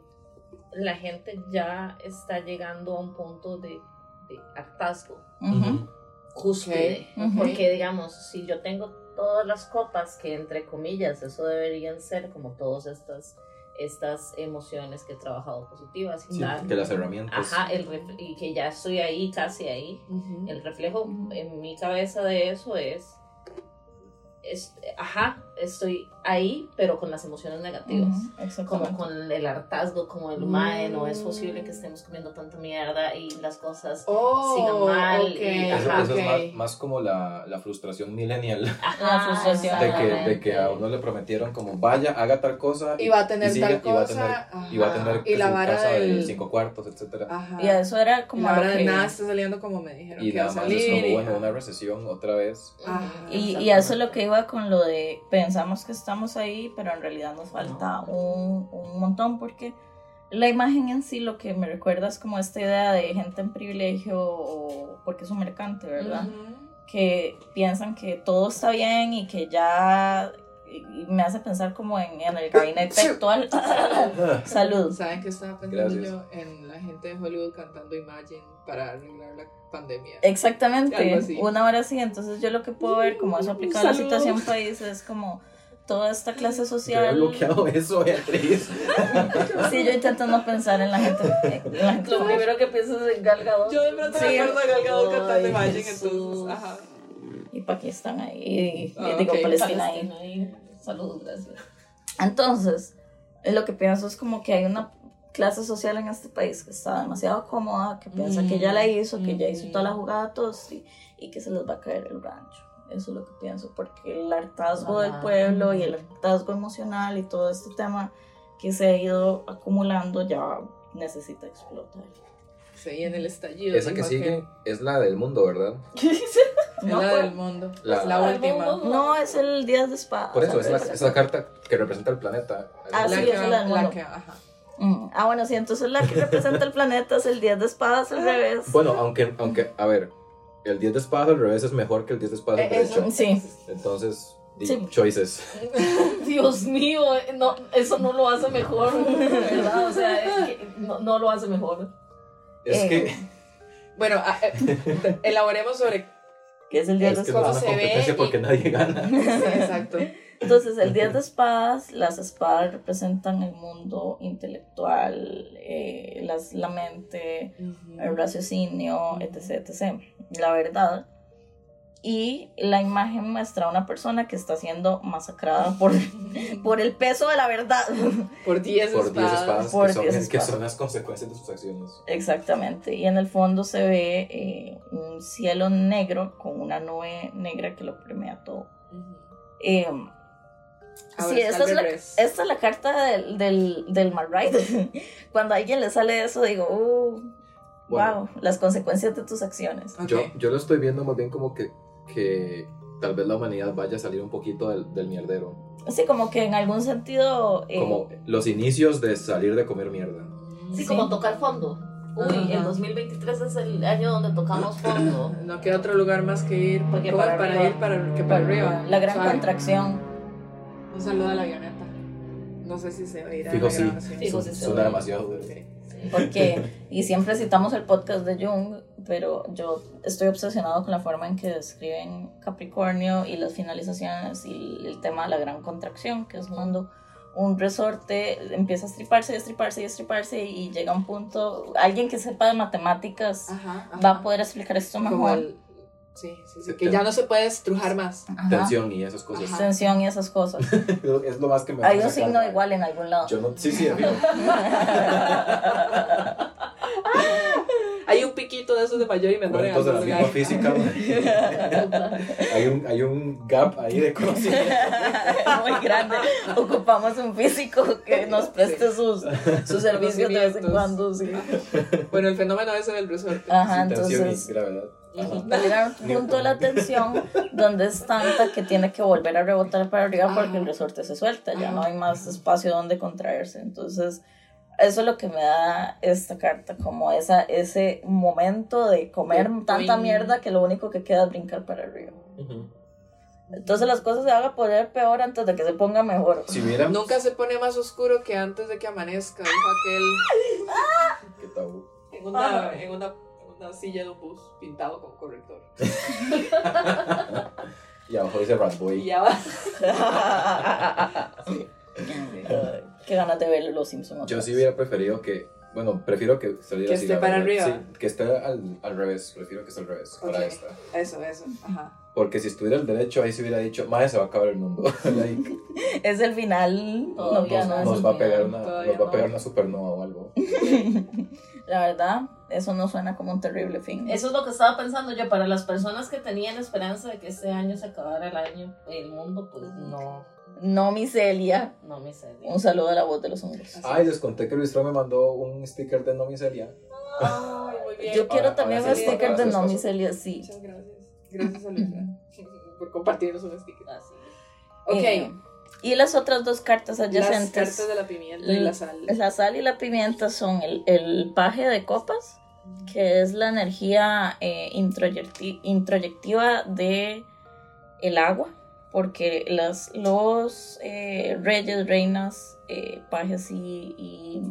[SPEAKER 4] la gente ya está llegando a un punto de, de hartazgo,
[SPEAKER 2] Ujú.
[SPEAKER 4] cúspide.
[SPEAKER 2] Ok. Ujú.
[SPEAKER 4] Porque, digamos, si yo tengo todas las copas, que entre comillas, eso deberían ser como todas estas, estas emociones que he trabajado positivas y
[SPEAKER 3] Sí,
[SPEAKER 4] tal.
[SPEAKER 3] que las herramientas.
[SPEAKER 4] Ajá, el ref- y que ya estoy ahí, casi ahí.
[SPEAKER 1] Ujú.
[SPEAKER 4] El reflejo
[SPEAKER 2] Ujú.
[SPEAKER 4] en mi cabeza de eso es, es, ajá, estoy ahí, pero con las emociones negativas.
[SPEAKER 2] Ujú, exactamente.
[SPEAKER 4] Como con el hartazgo, como el
[SPEAKER 1] Mm.
[SPEAKER 4] mae, no es posible que estemos comiendo tanta mierda y las cosas.
[SPEAKER 1] Oh,
[SPEAKER 4] sigan mal y-
[SPEAKER 1] ok,
[SPEAKER 3] Eso,
[SPEAKER 4] Ajá,
[SPEAKER 3] eso
[SPEAKER 1] ok.
[SPEAKER 3] es más, más como la, la frustración millennial
[SPEAKER 4] Ajá,
[SPEAKER 2] La
[SPEAKER 3] de,
[SPEAKER 2] frustración.
[SPEAKER 3] que, de
[SPEAKER 4] exactamente.
[SPEAKER 3] que a uno le prometieron como vaya, haga tal cosa
[SPEAKER 1] Y va a tener
[SPEAKER 3] y
[SPEAKER 1] tal
[SPEAKER 3] siga- y va a
[SPEAKER 1] cosa.
[SPEAKER 3] tener-
[SPEAKER 1] ajá.
[SPEAKER 3] y va a tener
[SPEAKER 1] Y la
[SPEAKER 3] su
[SPEAKER 1] vara
[SPEAKER 3] casa de
[SPEAKER 1] del- Ah,
[SPEAKER 3] cinco cuartos, etcétera.
[SPEAKER 1] Ajá.
[SPEAKER 2] Y eso era como
[SPEAKER 1] la
[SPEAKER 2] lo
[SPEAKER 1] verdad
[SPEAKER 2] que-
[SPEAKER 1] nada está saliendo como me dijeron
[SPEAKER 3] Y
[SPEAKER 1] que iba
[SPEAKER 3] nada
[SPEAKER 1] a
[SPEAKER 3] más es
[SPEAKER 1] salir.
[SPEAKER 3] como,
[SPEAKER 1] y-
[SPEAKER 3] bueno, una recesión otra vez.
[SPEAKER 4] Ah,
[SPEAKER 1] Ajá.
[SPEAKER 2] Y, y a eso es lo que iba con lo de pensamos que estamos ahí, pero en realidad nos falta un, un montón porque la imagen en sí lo que me recuerda es como esta idea de gente en privilegio o porque es un mercante, ¿verdad?
[SPEAKER 1] Ujú.
[SPEAKER 2] que piensan que todo está bien y que ya y- y me hace pensar como en, en el gabinete actual.
[SPEAKER 3] Ah,
[SPEAKER 2] Salud.
[SPEAKER 1] ¿Saben qué estaba pensando
[SPEAKER 3] Gracias.
[SPEAKER 1] yo? En la gente de Hollywood cantando Imagine para arreglar la pandemia.
[SPEAKER 2] Eh, Exactamente,
[SPEAKER 1] Algo así.
[SPEAKER 2] una hora así. Entonces yo lo que puedo ver como eso aplicado a la
[SPEAKER 1] Salud.
[SPEAKER 2] situación país es como toda esta clase
[SPEAKER 3] Yo he
[SPEAKER 2] social.
[SPEAKER 3] bloqueado eso, Beatriz.
[SPEAKER 2] Sí, yo intento no pensar en la gente. en la gente
[SPEAKER 4] Lo primero que piensas es en Gal Gadot.
[SPEAKER 1] Yo de pronto
[SPEAKER 2] Sí.
[SPEAKER 1] me acuerdo de Gal Gadot
[SPEAKER 2] Ay,
[SPEAKER 1] cantando Imagine,
[SPEAKER 2] Jesús.
[SPEAKER 1] entonces, ajá.
[SPEAKER 2] y Pakistán ahí. Y, y
[SPEAKER 1] Ah,
[SPEAKER 2] digo,
[SPEAKER 1] ok,
[SPEAKER 2] Palestina ahí.
[SPEAKER 4] Saludos, gracias.
[SPEAKER 2] Entonces, eh, lo que pienso es como que hay una clase social en este país que está demasiado cómoda, que piensa que ya la hizo, que ya hizo
[SPEAKER 4] Mm,
[SPEAKER 2] toda la jugada todos y, y que se les va a caer el rancho. Eso es lo que pienso, porque el hartazgo del
[SPEAKER 4] Ah.
[SPEAKER 2] pueblo y el hartazgo emocional y todo este tema que se ha ido acumulando ya necesita explotar.
[SPEAKER 1] Sí, en el estallido.
[SPEAKER 3] Esa que
[SPEAKER 1] dijo
[SPEAKER 3] sigue es la del mundo, ¿verdad?
[SPEAKER 1] Es
[SPEAKER 2] No,
[SPEAKER 1] la
[SPEAKER 2] pues,
[SPEAKER 1] del mundo.
[SPEAKER 3] La-
[SPEAKER 1] es la
[SPEAKER 4] La
[SPEAKER 1] última.
[SPEAKER 4] mundo.
[SPEAKER 2] no, es el Día de Espada.
[SPEAKER 3] Por
[SPEAKER 2] Ah, o sea,
[SPEAKER 3] eso, es la,
[SPEAKER 2] pero-
[SPEAKER 3] es la carta que representa al planeta.
[SPEAKER 2] Ah,
[SPEAKER 1] la
[SPEAKER 2] sí,
[SPEAKER 1] que,
[SPEAKER 2] esa es la del mundo.
[SPEAKER 1] que- ajá.
[SPEAKER 2] Mm, Ah, bueno, sí, entonces la que representa el planeta es el 10 de espadas al revés.
[SPEAKER 3] Bueno, aunque, aunque, a ver, el 10 de espadas al revés es mejor que el 10 de espadas al
[SPEAKER 1] Eh, eso-
[SPEAKER 3] derecho.
[SPEAKER 2] Sí.
[SPEAKER 3] Entonces, di-
[SPEAKER 2] Sí.
[SPEAKER 3] choices.
[SPEAKER 4] Dios mío, eh, no, eso no lo hace mejor, ¿verdad? O sea, es que no, no lo hace mejor.
[SPEAKER 3] Es
[SPEAKER 2] Eh,
[SPEAKER 3] que,
[SPEAKER 1] Bueno, ah, eh, elaboremos sobre.
[SPEAKER 2] que es el 10 de
[SPEAKER 3] es que no
[SPEAKER 2] espadas.
[SPEAKER 3] dan la
[SPEAKER 1] se ve
[SPEAKER 3] competencia
[SPEAKER 1] y-
[SPEAKER 3] porque nadie gana.
[SPEAKER 1] Sí, exacto.
[SPEAKER 2] Entonces, el 10 de espadas, las espadas representan el mundo intelectual, eh, las, la mente, el raciocinio, etc, etc. La verdad. Y la imagen muestra a una persona que está siendo masacrada por, por el peso de la verdad.
[SPEAKER 1] Por 10
[SPEAKER 3] Por 10
[SPEAKER 1] espadas.
[SPEAKER 3] espadas,
[SPEAKER 2] Por
[SPEAKER 3] que, son,
[SPEAKER 2] 10
[SPEAKER 3] que
[SPEAKER 2] espadas.
[SPEAKER 3] son las consecuencias de sus acciones.
[SPEAKER 2] Exactamente. Y en el fondo se ve eh, un cielo negro con una nube negra que lo premia todo.
[SPEAKER 1] Ujú.
[SPEAKER 2] Eh,
[SPEAKER 1] Ahora
[SPEAKER 2] sí,
[SPEAKER 1] está
[SPEAKER 2] esta
[SPEAKER 1] al
[SPEAKER 2] es, la,
[SPEAKER 1] revés.
[SPEAKER 2] esta es la carta del, del, del mal ride. Cuando a alguien le sale eso, digo, uh,
[SPEAKER 3] Bueno.
[SPEAKER 2] wow, las consecuencias de tus acciones.
[SPEAKER 1] Ok.
[SPEAKER 3] Yo, yo lo estoy viendo más bien como que, que tal vez la humanidad vaya a salir un poquito del, del mierdero.
[SPEAKER 2] Así como que en algún sentido... eh,
[SPEAKER 3] Como los inicios de salir de comer mierda.
[SPEAKER 4] Sí,
[SPEAKER 1] Mm.
[SPEAKER 2] Sí.
[SPEAKER 4] como tocar fondo. Uy,
[SPEAKER 1] Ajá.
[SPEAKER 4] el 2023 es el año donde tocamos fondo.
[SPEAKER 1] No queda otro lugar más que ir
[SPEAKER 4] Porque
[SPEAKER 1] ¿cómo?
[SPEAKER 4] para
[SPEAKER 1] para,
[SPEAKER 4] arriba.
[SPEAKER 1] ir para, que para arriba.
[SPEAKER 2] La gran
[SPEAKER 1] O sea,
[SPEAKER 2] contracción.
[SPEAKER 1] Un saludo a la avioneta. No sé si se va a ir a
[SPEAKER 3] Fijo
[SPEAKER 1] la
[SPEAKER 3] sí.
[SPEAKER 1] grabación.
[SPEAKER 4] Fijo sí
[SPEAKER 3] Su-
[SPEAKER 4] se
[SPEAKER 3] suena
[SPEAKER 4] ve.
[SPEAKER 3] demasiado duro.
[SPEAKER 1] Sí.
[SPEAKER 2] Porque, y siempre citamos el podcast de Jung, pero yo estoy obsesionado con la forma en que describen Capricornio y las finalizaciones y el tema de la gran contracción, que es cuando un resorte empieza a estriparse y estriparse y estriparse y llega un punto, alguien que sepa de matemáticas
[SPEAKER 1] Ajá, ajá.
[SPEAKER 2] va a poder explicar esto
[SPEAKER 1] Como
[SPEAKER 2] mejor.
[SPEAKER 1] el- Sí, sí, sí. Que ya no se puede estrujar más.
[SPEAKER 2] Ajá.
[SPEAKER 3] Tensión y esas cosas.
[SPEAKER 1] Ajá.
[SPEAKER 2] Tensión y esas cosas.
[SPEAKER 3] Es lo más que me
[SPEAKER 2] Hay
[SPEAKER 3] va a
[SPEAKER 2] un
[SPEAKER 3] sacar,
[SPEAKER 2] signo
[SPEAKER 3] mae.
[SPEAKER 2] igual en algún lado.
[SPEAKER 3] Yo no, sí, sí, amigo.
[SPEAKER 1] Hay un piquito de esos de mayor y menor en
[SPEAKER 3] Cuentos de la
[SPEAKER 1] algún
[SPEAKER 3] misma
[SPEAKER 1] lugar.
[SPEAKER 3] física. mae. hay, un, hay un gap ahí de conocimiento.
[SPEAKER 2] muy grande. Ocupamos un físico que nos preste sus, sus servicios de vez en
[SPEAKER 1] Conocimientos.
[SPEAKER 2] cuando. sí.
[SPEAKER 1] Bueno, el fenómeno ese del resorte.
[SPEAKER 2] Ajá,
[SPEAKER 3] Sí, tensión y
[SPEAKER 2] entonces
[SPEAKER 3] gravedad. Ajá.
[SPEAKER 2] llegar a un punto de la tensión donde es tanta que tiene que volver a rebotar para arriba porque el
[SPEAKER 1] Ajá.
[SPEAKER 2] resorte se suelta, ya
[SPEAKER 1] Ajá.
[SPEAKER 2] no hay más espacio donde contraerse. Entonces, eso es lo que me da esta carta, como esa, ese momento de comer
[SPEAKER 1] De
[SPEAKER 2] tanta
[SPEAKER 1] brin-
[SPEAKER 2] mierda que lo único que queda es brincar para arriba.
[SPEAKER 3] Ujú.
[SPEAKER 2] Entonces las cosas se van a poner peor antes de que se ponga mejor.
[SPEAKER 3] Si vieran.
[SPEAKER 1] Nunca se pone más oscuro que antes de que amanezca, dijo aquel. Ah.
[SPEAKER 3] Qué tabú.
[SPEAKER 1] En una, en una, en una silla de un bus pintado con corrector.
[SPEAKER 3] Y abajo dice Rat
[SPEAKER 1] Y
[SPEAKER 3] Boy.
[SPEAKER 1] ya va.
[SPEAKER 3] Ah.
[SPEAKER 2] Ay, Qué ganas de ver Los Simpsons.
[SPEAKER 3] Yo sí hubiera preferido que. Bueno, prefiero que saliera
[SPEAKER 1] Que
[SPEAKER 3] así.
[SPEAKER 1] esté
[SPEAKER 3] la
[SPEAKER 1] para
[SPEAKER 3] verdad.
[SPEAKER 1] arriba.
[SPEAKER 3] Sí, que esté al, al revés. Prefiero que esté al revés.
[SPEAKER 1] Ok.
[SPEAKER 3] Para esta.
[SPEAKER 1] Eso, eso. Ajá.
[SPEAKER 3] Porque si estuviera al derecho, ahí se hubiera dicho, madre, se va a acabar el mundo. Like,
[SPEAKER 2] Es el final. No,
[SPEAKER 3] nos,
[SPEAKER 4] Todavía
[SPEAKER 2] ya no
[SPEAKER 4] no
[SPEAKER 2] es
[SPEAKER 3] nos
[SPEAKER 2] el
[SPEAKER 3] va a
[SPEAKER 2] final.
[SPEAKER 3] pegar una,
[SPEAKER 1] todavía
[SPEAKER 3] nos va a pegar
[SPEAKER 1] no.
[SPEAKER 3] una supernova o algo.
[SPEAKER 2] La verdad, eso no suena como un terrible fin.
[SPEAKER 4] Eso es lo que estaba pensando yo. Para las personas que tenían esperanza de que este año se acabara el año, el mundo, pues no,
[SPEAKER 2] No, mi Celia.
[SPEAKER 4] no me sé.
[SPEAKER 2] Un saludo a la voz de los hombres.
[SPEAKER 1] Así.
[SPEAKER 3] Ay, les conté que Luis Trump me mandó un sticker de no miseria.
[SPEAKER 1] Ay, muy bien.
[SPEAKER 2] Yo quiero
[SPEAKER 3] ahora
[SPEAKER 2] también
[SPEAKER 3] sí,
[SPEAKER 2] un
[SPEAKER 1] sí,
[SPEAKER 2] sticker
[SPEAKER 3] ahora
[SPEAKER 2] este de
[SPEAKER 3] sí,
[SPEAKER 2] No,
[SPEAKER 3] esposo.
[SPEAKER 2] mi Celia, sí.
[SPEAKER 1] Muchas gracias. Gracias, Olivia, por compartirnos un sticker.
[SPEAKER 4] Así.
[SPEAKER 1] Ok,
[SPEAKER 2] Eh, y las otras dos cartas
[SPEAKER 1] las
[SPEAKER 2] adyacentes.
[SPEAKER 1] cartas de la pimienta y la sal.
[SPEAKER 2] La sal y la pimienta son el, el paje de copas, que es la energía eh, introyecti- introyectiva de el agua, porque las, los eh, reyes, reinas, eh, pajes y, y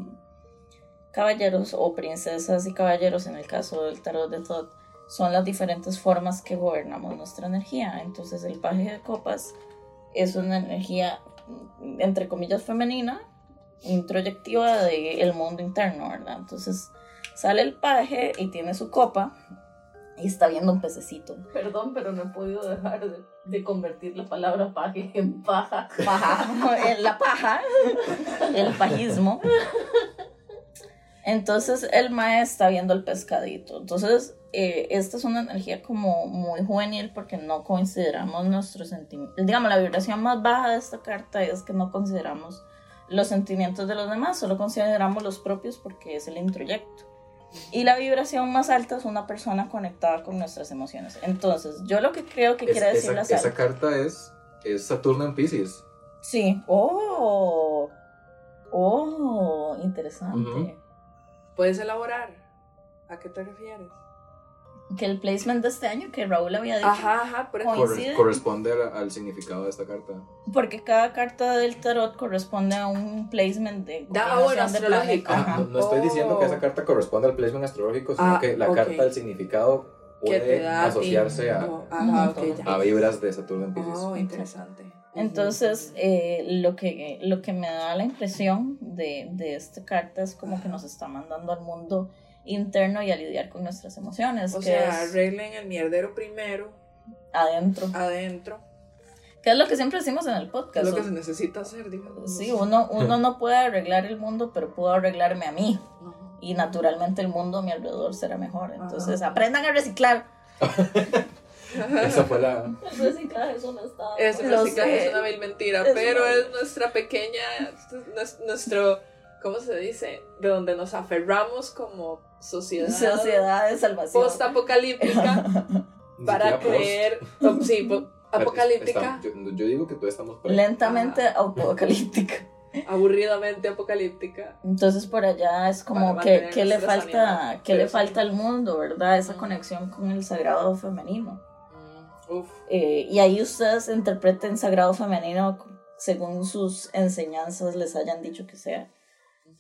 [SPEAKER 2] caballeros, o princesas y caballeros, en el caso del tarot de Thoth, son las diferentes formas que gobernamos nuestra energía. Entonces el paje de copas es una energía, entre comillas, femenina, introyectiva del mundo interno, ¿verdad? Entonces sale el paje y tiene su copa y está viendo un pececito.
[SPEAKER 4] Perdón, pero no he podido dejar de, de convertir la palabra paje en paja.
[SPEAKER 2] Paja, en Eh, la paja, el pajismo. Entonces el mae está viendo el pescadito. Entonces, eh, esta es una energía como muy juvenil porque no consideramos nuestros sentimientos. Digamos, la vibración más baja de esta carta es que no consideramos los sentimientos de los demás, solo consideramos los propios porque es el introyecto. Y la vibración más alta es una persona conectada con nuestras emociones. Entonces, yo lo que creo que
[SPEAKER 3] Es-
[SPEAKER 2] quiere decir
[SPEAKER 3] esa,
[SPEAKER 2] la
[SPEAKER 3] esa
[SPEAKER 2] sal.
[SPEAKER 3] carta es, es Saturno en Pisces.
[SPEAKER 2] Sí. Oh. Oh, interesante.
[SPEAKER 3] Ujú.
[SPEAKER 1] ¿Puedes elaborar? ¿A qué te refieres?
[SPEAKER 2] Que el placement de este año que Raúl había dicho.
[SPEAKER 1] Ajá, ajá, por eso.
[SPEAKER 2] Coin-
[SPEAKER 3] Corre-
[SPEAKER 2] Coincide.
[SPEAKER 3] corresponde al, al significado de esta carta.
[SPEAKER 2] Porque cada carta del tarot corresponde a un placement de
[SPEAKER 1] Da- ah,
[SPEAKER 2] combinación
[SPEAKER 1] bueno,
[SPEAKER 2] de
[SPEAKER 1] astrológico.
[SPEAKER 2] planeta.
[SPEAKER 1] Ajá.
[SPEAKER 3] Ah,
[SPEAKER 1] Oh.
[SPEAKER 3] No, no estoy diciendo que esa carta corresponde al placement astrológico, sino
[SPEAKER 1] Ah,
[SPEAKER 3] que la
[SPEAKER 1] ok.
[SPEAKER 3] carta del significado
[SPEAKER 1] Que te
[SPEAKER 3] puede
[SPEAKER 1] da a ti.
[SPEAKER 3] asociarse a,
[SPEAKER 1] Oh, ajá, ok, ya.
[SPEAKER 3] a vibras de Saturno en Pisces.
[SPEAKER 1] Oh, interesante.
[SPEAKER 2] Entonces, eh, lo, que, lo que me da la impresión de, de esta carta es como que nos está mandando al mundo interno y a lidiar con nuestras emociones,
[SPEAKER 1] O
[SPEAKER 2] que
[SPEAKER 1] sea,
[SPEAKER 2] es
[SPEAKER 1] arreglen el mierdero primero,
[SPEAKER 2] adentro.
[SPEAKER 1] adentro,
[SPEAKER 2] Que es lo que siempre decimos en el
[SPEAKER 1] que es
[SPEAKER 2] podcast.
[SPEAKER 1] lo que se necesita hacer, digamos.
[SPEAKER 2] Sí, uno, uno no puede arreglar el mundo, pero puedo arreglarme a mí.
[SPEAKER 1] Ajá.
[SPEAKER 2] Y naturalmente el mundo a mi alrededor será mejor. Entonces,
[SPEAKER 1] Ajá.
[SPEAKER 2] aprendan a reciclar.
[SPEAKER 3] Esa fue la.
[SPEAKER 4] El reciclaje es una estafa.
[SPEAKER 1] Ese
[SPEAKER 2] Lo
[SPEAKER 1] reciclaje
[SPEAKER 2] sé.
[SPEAKER 1] es una vil mentira,
[SPEAKER 2] Es
[SPEAKER 1] pero
[SPEAKER 2] una-
[SPEAKER 1] es nuestra pequeña, nues- nuestro, ¿cómo se dice? De donde nos aferramos como sociedad,
[SPEAKER 2] Sociedad de salvación.
[SPEAKER 1] post-apocalíptica
[SPEAKER 3] ni
[SPEAKER 1] para
[SPEAKER 3] siquiera post.
[SPEAKER 1] creer, no, sí, po- apocalíptica,
[SPEAKER 3] Está- yo, yo digo que todos estamos por ahí.
[SPEAKER 2] Lentamente apocalíptica.
[SPEAKER 1] aburridamente apocalíptica.
[SPEAKER 2] Entonces por allá es como
[SPEAKER 1] Para
[SPEAKER 2] que,
[SPEAKER 1] mantener
[SPEAKER 2] ¿qué le
[SPEAKER 1] nuestras
[SPEAKER 2] falta,
[SPEAKER 1] ánimas
[SPEAKER 2] qué le
[SPEAKER 1] presas.
[SPEAKER 2] falta al mundo, ¿verdad? Esa
[SPEAKER 1] Ujú.
[SPEAKER 2] conexión con el sagrado femenino.
[SPEAKER 1] Mm, Uf.
[SPEAKER 2] Eh, y ahí ustedes interpreten sagrado femenino según sus enseñanzas les hayan dicho que sea.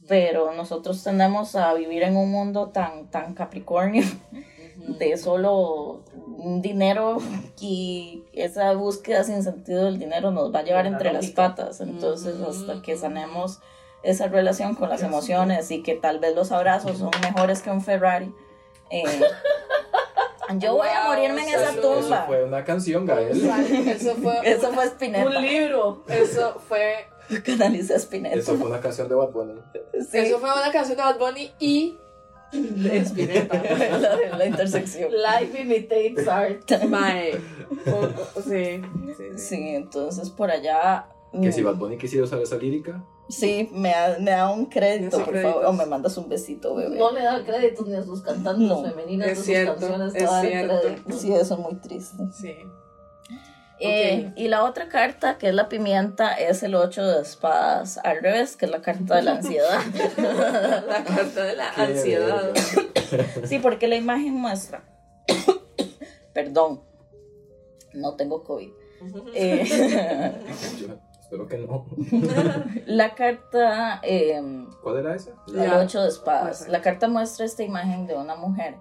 [SPEAKER 2] Pero nosotros tendemos a vivir en un mundo tan, tan capricornio de solo dinero y esa búsqueda sin sentido del dinero nos va a llevar
[SPEAKER 4] La
[SPEAKER 2] entre las
[SPEAKER 4] lógica.
[SPEAKER 2] patas. Entonces,
[SPEAKER 1] Ujú.
[SPEAKER 2] hasta que sanemos esa relación con las emociones y que tal vez los abrazos son mejores que un Ferrari, eh, yo voy a
[SPEAKER 1] Wow,
[SPEAKER 2] morirme en
[SPEAKER 1] eso-
[SPEAKER 2] esa
[SPEAKER 3] Eso-
[SPEAKER 2] tumba.
[SPEAKER 3] Eso fue una canción, Gael.
[SPEAKER 1] Eso fue,
[SPEAKER 2] Eso
[SPEAKER 1] una-
[SPEAKER 2] fue Spinetta.
[SPEAKER 4] Un libro.
[SPEAKER 1] eso fue,
[SPEAKER 2] Canaliza Spinetta.
[SPEAKER 3] Eso fue una canción de Bad Bunny.
[SPEAKER 2] Sí,
[SPEAKER 1] eso fue una canción de Bad Bunny y de Spinetta.
[SPEAKER 2] la, la intersección.
[SPEAKER 4] Life imitates art.
[SPEAKER 1] Mae. O- Sí, sí, sí.
[SPEAKER 2] Sí, entonces por allá.
[SPEAKER 3] Que
[SPEAKER 2] mm,
[SPEAKER 3] si Bad Bunny quisiera usar esa lírica,
[SPEAKER 2] Sí, me da, me da un crédito,
[SPEAKER 1] Esos
[SPEAKER 2] por favor.
[SPEAKER 1] créditos.
[SPEAKER 2] O me mandas un besito, bebé.
[SPEAKER 4] No le da créditos ni a sus cantantes
[SPEAKER 2] No.
[SPEAKER 4] femeninas
[SPEAKER 1] Es
[SPEAKER 4] de
[SPEAKER 1] cierto,
[SPEAKER 4] sus canciones.
[SPEAKER 1] es
[SPEAKER 4] le va a dar
[SPEAKER 1] cierto.
[SPEAKER 4] créditos.
[SPEAKER 2] Sí, eso es muy triste.
[SPEAKER 1] sí.
[SPEAKER 2] Eh, y la otra carta, que es la pimienta, es el 8 de espadas al revés, que es la carta de la ansiedad.
[SPEAKER 1] La carta de la
[SPEAKER 3] Qué
[SPEAKER 1] ansiedad.
[SPEAKER 3] verga.
[SPEAKER 2] Sí, porque la imagen muestra. Perdón, no tengo COVID. Eh,
[SPEAKER 3] yo espero que no.
[SPEAKER 2] la carta, eh,
[SPEAKER 3] ¿Cuál era esa?
[SPEAKER 2] el
[SPEAKER 1] Ya.
[SPEAKER 2] 8 de espadas,
[SPEAKER 1] Ajá.
[SPEAKER 2] la carta muestra esta imagen de una mujer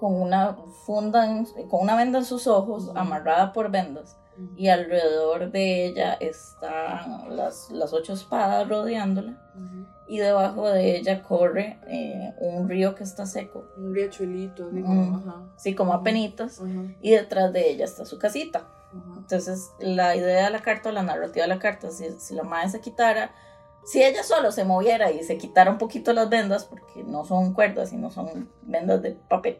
[SPEAKER 2] con una funda, en- con una venda en sus ojos,
[SPEAKER 1] Ujú.
[SPEAKER 2] amarrada por vendas, y alrededor de ella están las, las ocho espadas rodeándola. y debajo de ella corre eh, un río que está seco,
[SPEAKER 1] Un riachuelito, digo,
[SPEAKER 2] Mm.
[SPEAKER 1] ajá.
[SPEAKER 2] así como a penitas,
[SPEAKER 1] Ajá,
[SPEAKER 2] y detrás de ella está su casita.
[SPEAKER 1] ajá.
[SPEAKER 2] Entonces, la idea de la carta, o la narrativa de la carta, si, si la madre se quitara, si ella solo se moviera y se quitara un poquito las vendas, porque no son cuerdas, sino son vendas de papel,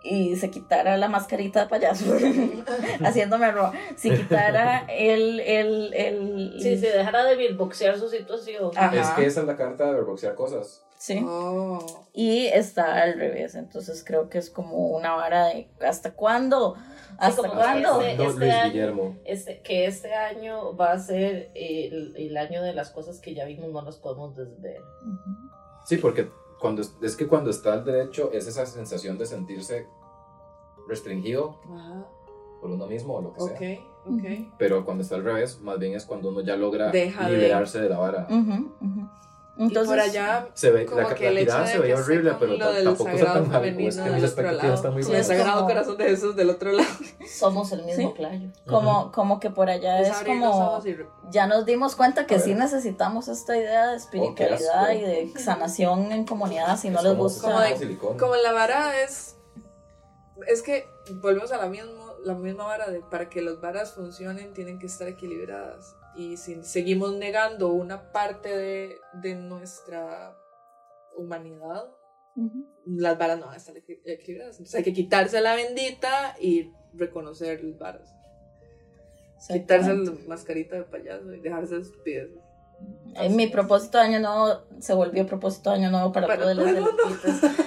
[SPEAKER 2] y se quitara la mascarita de payaso, haciéndome roba, si quitara el... el, el
[SPEAKER 4] Si se dejara de beatboxear su situación.
[SPEAKER 2] Ajá.
[SPEAKER 3] Es que esa es la carta de verboxear cosas.
[SPEAKER 2] sí.
[SPEAKER 1] Oh.
[SPEAKER 2] y está al revés. Entonces creo que es como una vara de ¿hasta cuándo? ¿Hasta
[SPEAKER 4] como
[SPEAKER 2] cuándo?
[SPEAKER 4] que ese-
[SPEAKER 3] No,
[SPEAKER 4] este
[SPEAKER 3] Luis
[SPEAKER 4] año-
[SPEAKER 3] Guillermo.
[SPEAKER 4] Este, que este año va a ser el, el año de las cosas que ya vimos, no las podemos desver.
[SPEAKER 2] Ujú.
[SPEAKER 3] Sí, porque cuando, es que cuando está el derecho es esa sensación de sentirse restringido
[SPEAKER 1] Ajá.
[SPEAKER 3] por uno mismo o lo que
[SPEAKER 1] Ok,
[SPEAKER 3] sea.
[SPEAKER 1] ok.
[SPEAKER 3] Pero cuando está al revés, más bien es cuando uno ya logra
[SPEAKER 1] Deja de-
[SPEAKER 3] liberarse de... la vara.
[SPEAKER 2] Ujú, ujú.
[SPEAKER 1] y por allá,
[SPEAKER 3] Se ve,
[SPEAKER 1] como
[SPEAKER 3] la,
[SPEAKER 1] que el
[SPEAKER 3] la
[SPEAKER 1] hecho
[SPEAKER 3] tirada
[SPEAKER 1] de
[SPEAKER 3] se veía
[SPEAKER 1] que
[SPEAKER 3] horrible,
[SPEAKER 1] sepan
[SPEAKER 3] pero
[SPEAKER 1] lo
[SPEAKER 3] ta-
[SPEAKER 1] del
[SPEAKER 3] tampoco está
[SPEAKER 1] sagrado
[SPEAKER 3] tan mal.
[SPEAKER 1] femenino
[SPEAKER 3] Es que
[SPEAKER 1] del
[SPEAKER 3] mis
[SPEAKER 1] otro
[SPEAKER 3] expectativas
[SPEAKER 1] lado.
[SPEAKER 3] están muy
[SPEAKER 1] Sí, el
[SPEAKER 2] es
[SPEAKER 3] bajas.
[SPEAKER 1] sagrado
[SPEAKER 2] como-
[SPEAKER 1] corazón de Jesús del otro lado.
[SPEAKER 4] Somos el mismo
[SPEAKER 2] Sí.
[SPEAKER 4] playo.
[SPEAKER 2] como, como que por allá
[SPEAKER 1] Es
[SPEAKER 2] es
[SPEAKER 1] Pues abrir los
[SPEAKER 2] como
[SPEAKER 1] ojos y re-
[SPEAKER 2] ya nos dimos cuenta que
[SPEAKER 3] A
[SPEAKER 2] sí
[SPEAKER 3] ver.
[SPEAKER 2] necesitamos esta idea de espiritualidad
[SPEAKER 3] asco.
[SPEAKER 2] y de sanación en comunidad si no
[SPEAKER 3] Es
[SPEAKER 2] les
[SPEAKER 3] como-
[SPEAKER 2] gusta.
[SPEAKER 1] Como
[SPEAKER 3] Como
[SPEAKER 1] de-
[SPEAKER 3] silicona.
[SPEAKER 1] Como la vara es. Es que volvemos a la, mismo, la misma vara de para que las varas funcionen tienen que estar equilibradas. Y si seguimos negando una parte de, de nuestra humanidad,
[SPEAKER 2] Ujú.
[SPEAKER 1] las varas no van a estar equi- equilibradas. Entonces hay que quitarse la bendita y reconocer las varas. Quitarse la mascarita de payaso y dejarse las estupideces.
[SPEAKER 2] Eh, Mi propósito de año nuevo se volvió propósito de año nuevo para,
[SPEAKER 1] Para
[SPEAKER 2] todos los
[SPEAKER 1] todo el mundo.
[SPEAKER 2] elotitos.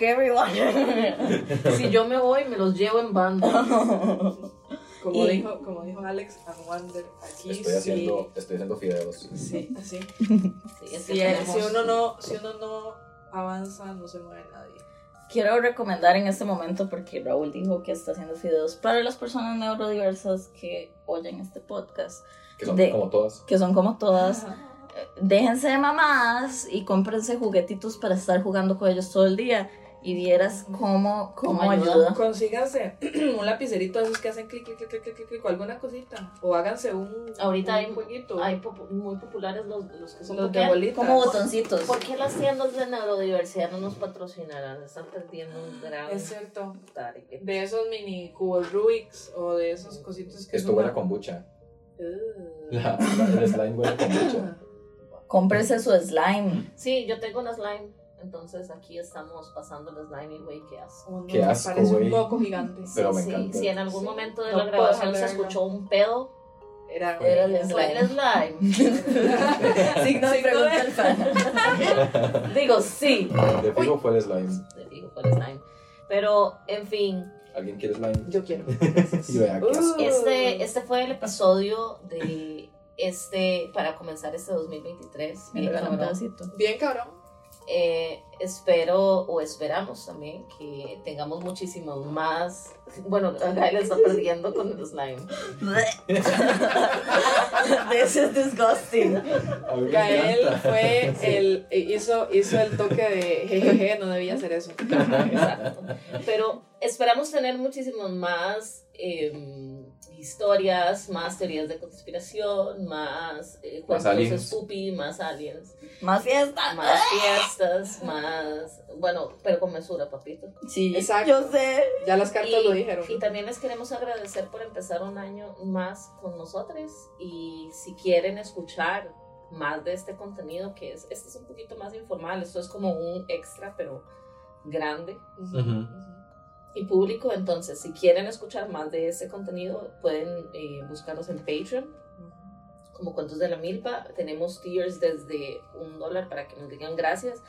[SPEAKER 2] everyone.
[SPEAKER 4] Si yo me voy, me los llevo en banda.
[SPEAKER 1] Como,
[SPEAKER 2] Y-
[SPEAKER 1] dijo, como dijo Alex, I'm wonder aquí.
[SPEAKER 3] Estoy
[SPEAKER 1] sí.
[SPEAKER 3] haciendo, estoy haciendo fideos.
[SPEAKER 1] Sí, así.
[SPEAKER 4] Sí, es que
[SPEAKER 1] Si,
[SPEAKER 4] tenemos-
[SPEAKER 1] si uno no, si uno no avanza, no se mueve nadie.
[SPEAKER 2] Quiero recomendar en este momento, porque Raúl dijo que está haciendo videos para las personas neurodiversas que oyen este podcast,
[SPEAKER 3] Que son
[SPEAKER 2] De-
[SPEAKER 3] como todas.
[SPEAKER 2] que son como todas. Eh, Déjense de mamadas y cómprense juguetitos para estar jugando con ellos todo el día. Y vieras cómo, cómo,
[SPEAKER 4] Cómo ayuda.
[SPEAKER 2] ayuda.
[SPEAKER 1] Consíganse un lapicerito de esos que hacen clic, clic, clic, clic, clic, clic, clic, o alguna cosita. O háganse un.
[SPEAKER 4] Ahorita
[SPEAKER 1] un
[SPEAKER 4] hay-
[SPEAKER 1] jueguito.
[SPEAKER 4] Hay popu- muy populares los, los que son
[SPEAKER 1] Los
[SPEAKER 4] porque-
[SPEAKER 1] de bolitas.
[SPEAKER 2] Como botoncitos.
[SPEAKER 4] ¿Por qué las tiendas de neurodiversidad no nos patrocinarán? Están perdiendo un gran
[SPEAKER 1] Es cierto.
[SPEAKER 4] tareque.
[SPEAKER 1] De esos mini cubos Rubik's o de esos cositos que
[SPEAKER 3] Esto huele a kombucha.
[SPEAKER 1] Uh.
[SPEAKER 3] La, la- el slime huele a kombucha.
[SPEAKER 2] Cómprense su slime.
[SPEAKER 4] Sí, yo tengo una slime. Entonces aquí estamos pasando el slime y güey, qué asco.
[SPEAKER 1] Uno
[SPEAKER 3] Qué
[SPEAKER 1] me
[SPEAKER 3] asco,
[SPEAKER 1] Parece un
[SPEAKER 3] güey.
[SPEAKER 1] poco gigante.
[SPEAKER 3] Pero me
[SPEAKER 4] Sí,
[SPEAKER 3] encanta.
[SPEAKER 4] Si en algún
[SPEAKER 1] Sí.
[SPEAKER 4] momento de
[SPEAKER 1] No
[SPEAKER 4] la
[SPEAKER 1] puedo
[SPEAKER 4] grabación se
[SPEAKER 1] dejar de
[SPEAKER 4] escuchó un pedo,
[SPEAKER 1] Era,
[SPEAKER 2] Era el
[SPEAKER 4] fue
[SPEAKER 2] slime.
[SPEAKER 4] el slime.
[SPEAKER 2] Signo de pregunta al fan.
[SPEAKER 4] Digo, sí.
[SPEAKER 3] De fijo fue el slime.
[SPEAKER 4] Te digo, fue el slime. Pero, en fin,
[SPEAKER 3] ¿Alguien quiere slime?
[SPEAKER 1] Yo quiero.
[SPEAKER 3] Y vea qué asco.
[SPEAKER 1] Uh.
[SPEAKER 4] este, este fue el episodio de este, para comenzar este 2023.
[SPEAKER 2] Me
[SPEAKER 4] Bien,
[SPEAKER 2] regaló un
[SPEAKER 4] cabrón.
[SPEAKER 2] pedacito.
[SPEAKER 1] Bien cabrón.
[SPEAKER 4] Eh, espero o esperamos también que tengamos muchísimos más. Bueno, Gael está perdiendo con el slime.
[SPEAKER 2] This is disgusting.
[SPEAKER 3] A mí me
[SPEAKER 1] Gael
[SPEAKER 3] encanta.
[SPEAKER 1] fue el eh, hizo, hizo el toque de jejeje, no debía hacer eso.
[SPEAKER 4] Exacto. Pero esperamos tener muchísimas más eh, historias, más teorías de conspiración, más eh,
[SPEAKER 3] Más
[SPEAKER 4] cuentos
[SPEAKER 3] aliens.
[SPEAKER 4] spoopy, más aliens,
[SPEAKER 2] Más fiesta.
[SPEAKER 4] más fiestas, más. Bueno, pero con mesura, papito.
[SPEAKER 2] Sí,
[SPEAKER 1] Exacto.
[SPEAKER 2] yo sé.
[SPEAKER 1] Ya las cartas lo dijeron.
[SPEAKER 4] Y también les queremos agradecer por empezar un año más con nosotros. Y si quieren escuchar más de este contenido, que es, este es un poquito más informal, esto es como un extra, pero grande
[SPEAKER 1] Ujú.
[SPEAKER 3] Ujú.
[SPEAKER 4] y público. Entonces, si quieren escuchar más de este contenido, pueden eh, buscarnos en Patreon como Cuentos de la Milpa. Tenemos tiers desde un dólar para que nos digan gracias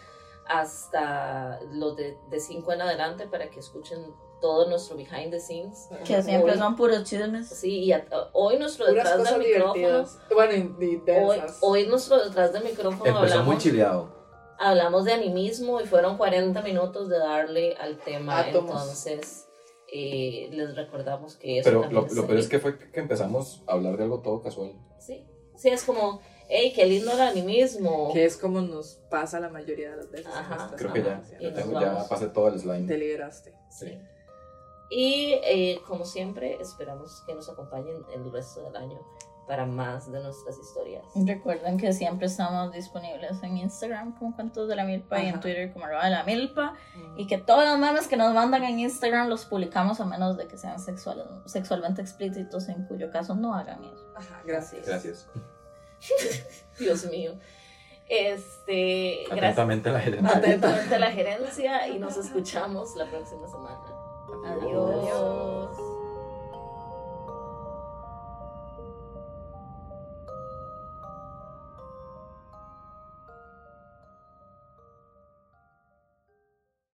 [SPEAKER 4] hasta los de, de cinco en adelante para que escuchen todo nuestro behind the scenes.
[SPEAKER 2] Que siempre
[SPEAKER 4] Hoy.
[SPEAKER 2] son puros chismes.
[SPEAKER 4] Sí, y a- hoy nuestro
[SPEAKER 1] Puras
[SPEAKER 4] detrás
[SPEAKER 1] cosas
[SPEAKER 4] del micrófono.
[SPEAKER 1] divertidas. Bueno, y, y
[SPEAKER 4] Hoy,
[SPEAKER 1] densas.
[SPEAKER 4] hoy nuestro detrás del micrófono
[SPEAKER 3] Empezó muy
[SPEAKER 4] hablamos,
[SPEAKER 3] chileado.
[SPEAKER 4] hablamos de animismo y fueron 40 minutos de darle al tema.
[SPEAKER 1] Átomos.
[SPEAKER 4] Entonces, eh, les recordamos que eso
[SPEAKER 3] Pero
[SPEAKER 4] también
[SPEAKER 3] lo,
[SPEAKER 4] está
[SPEAKER 3] lo peor
[SPEAKER 4] ahí.
[SPEAKER 3] es que fue que empezamos a hablar de algo todo casual.
[SPEAKER 4] Sí, sí, es como, hey, qué lindo el animismo.
[SPEAKER 1] Que es como nos pasa la mayoría de las veces. en
[SPEAKER 4] Ajá.
[SPEAKER 1] nuestras
[SPEAKER 3] Creo que ya.
[SPEAKER 1] amas,
[SPEAKER 4] Y
[SPEAKER 3] Ya,
[SPEAKER 4] nos
[SPEAKER 3] tengo- ya
[SPEAKER 4] vamos.
[SPEAKER 3] pasé todo el
[SPEAKER 1] Te
[SPEAKER 3] slime.
[SPEAKER 1] liberaste.
[SPEAKER 3] Sí.
[SPEAKER 4] Y eh, como siempre, esperamos que nos acompañen el resto del año para más de nuestras historias.
[SPEAKER 2] Mm. Recuerden que siempre estamos disponibles en Instagram como Cuentos de la Milpa y en
[SPEAKER 1] Ajá.
[SPEAKER 2] Twitter como arroba de la Milpa. Y que todos los memes que nos mandan en Instagram los publicamos a menos de que sean sexuales, sexualmente explícitos, en cuyo caso no hagan eso.
[SPEAKER 1] Ajá, gracias.
[SPEAKER 3] Gracias.
[SPEAKER 4] Dios mío. Este, gracias.
[SPEAKER 3] Atentamente la gerente.
[SPEAKER 4] atentamente la gerencia y nos escuchamos la próxima semana. Adiós.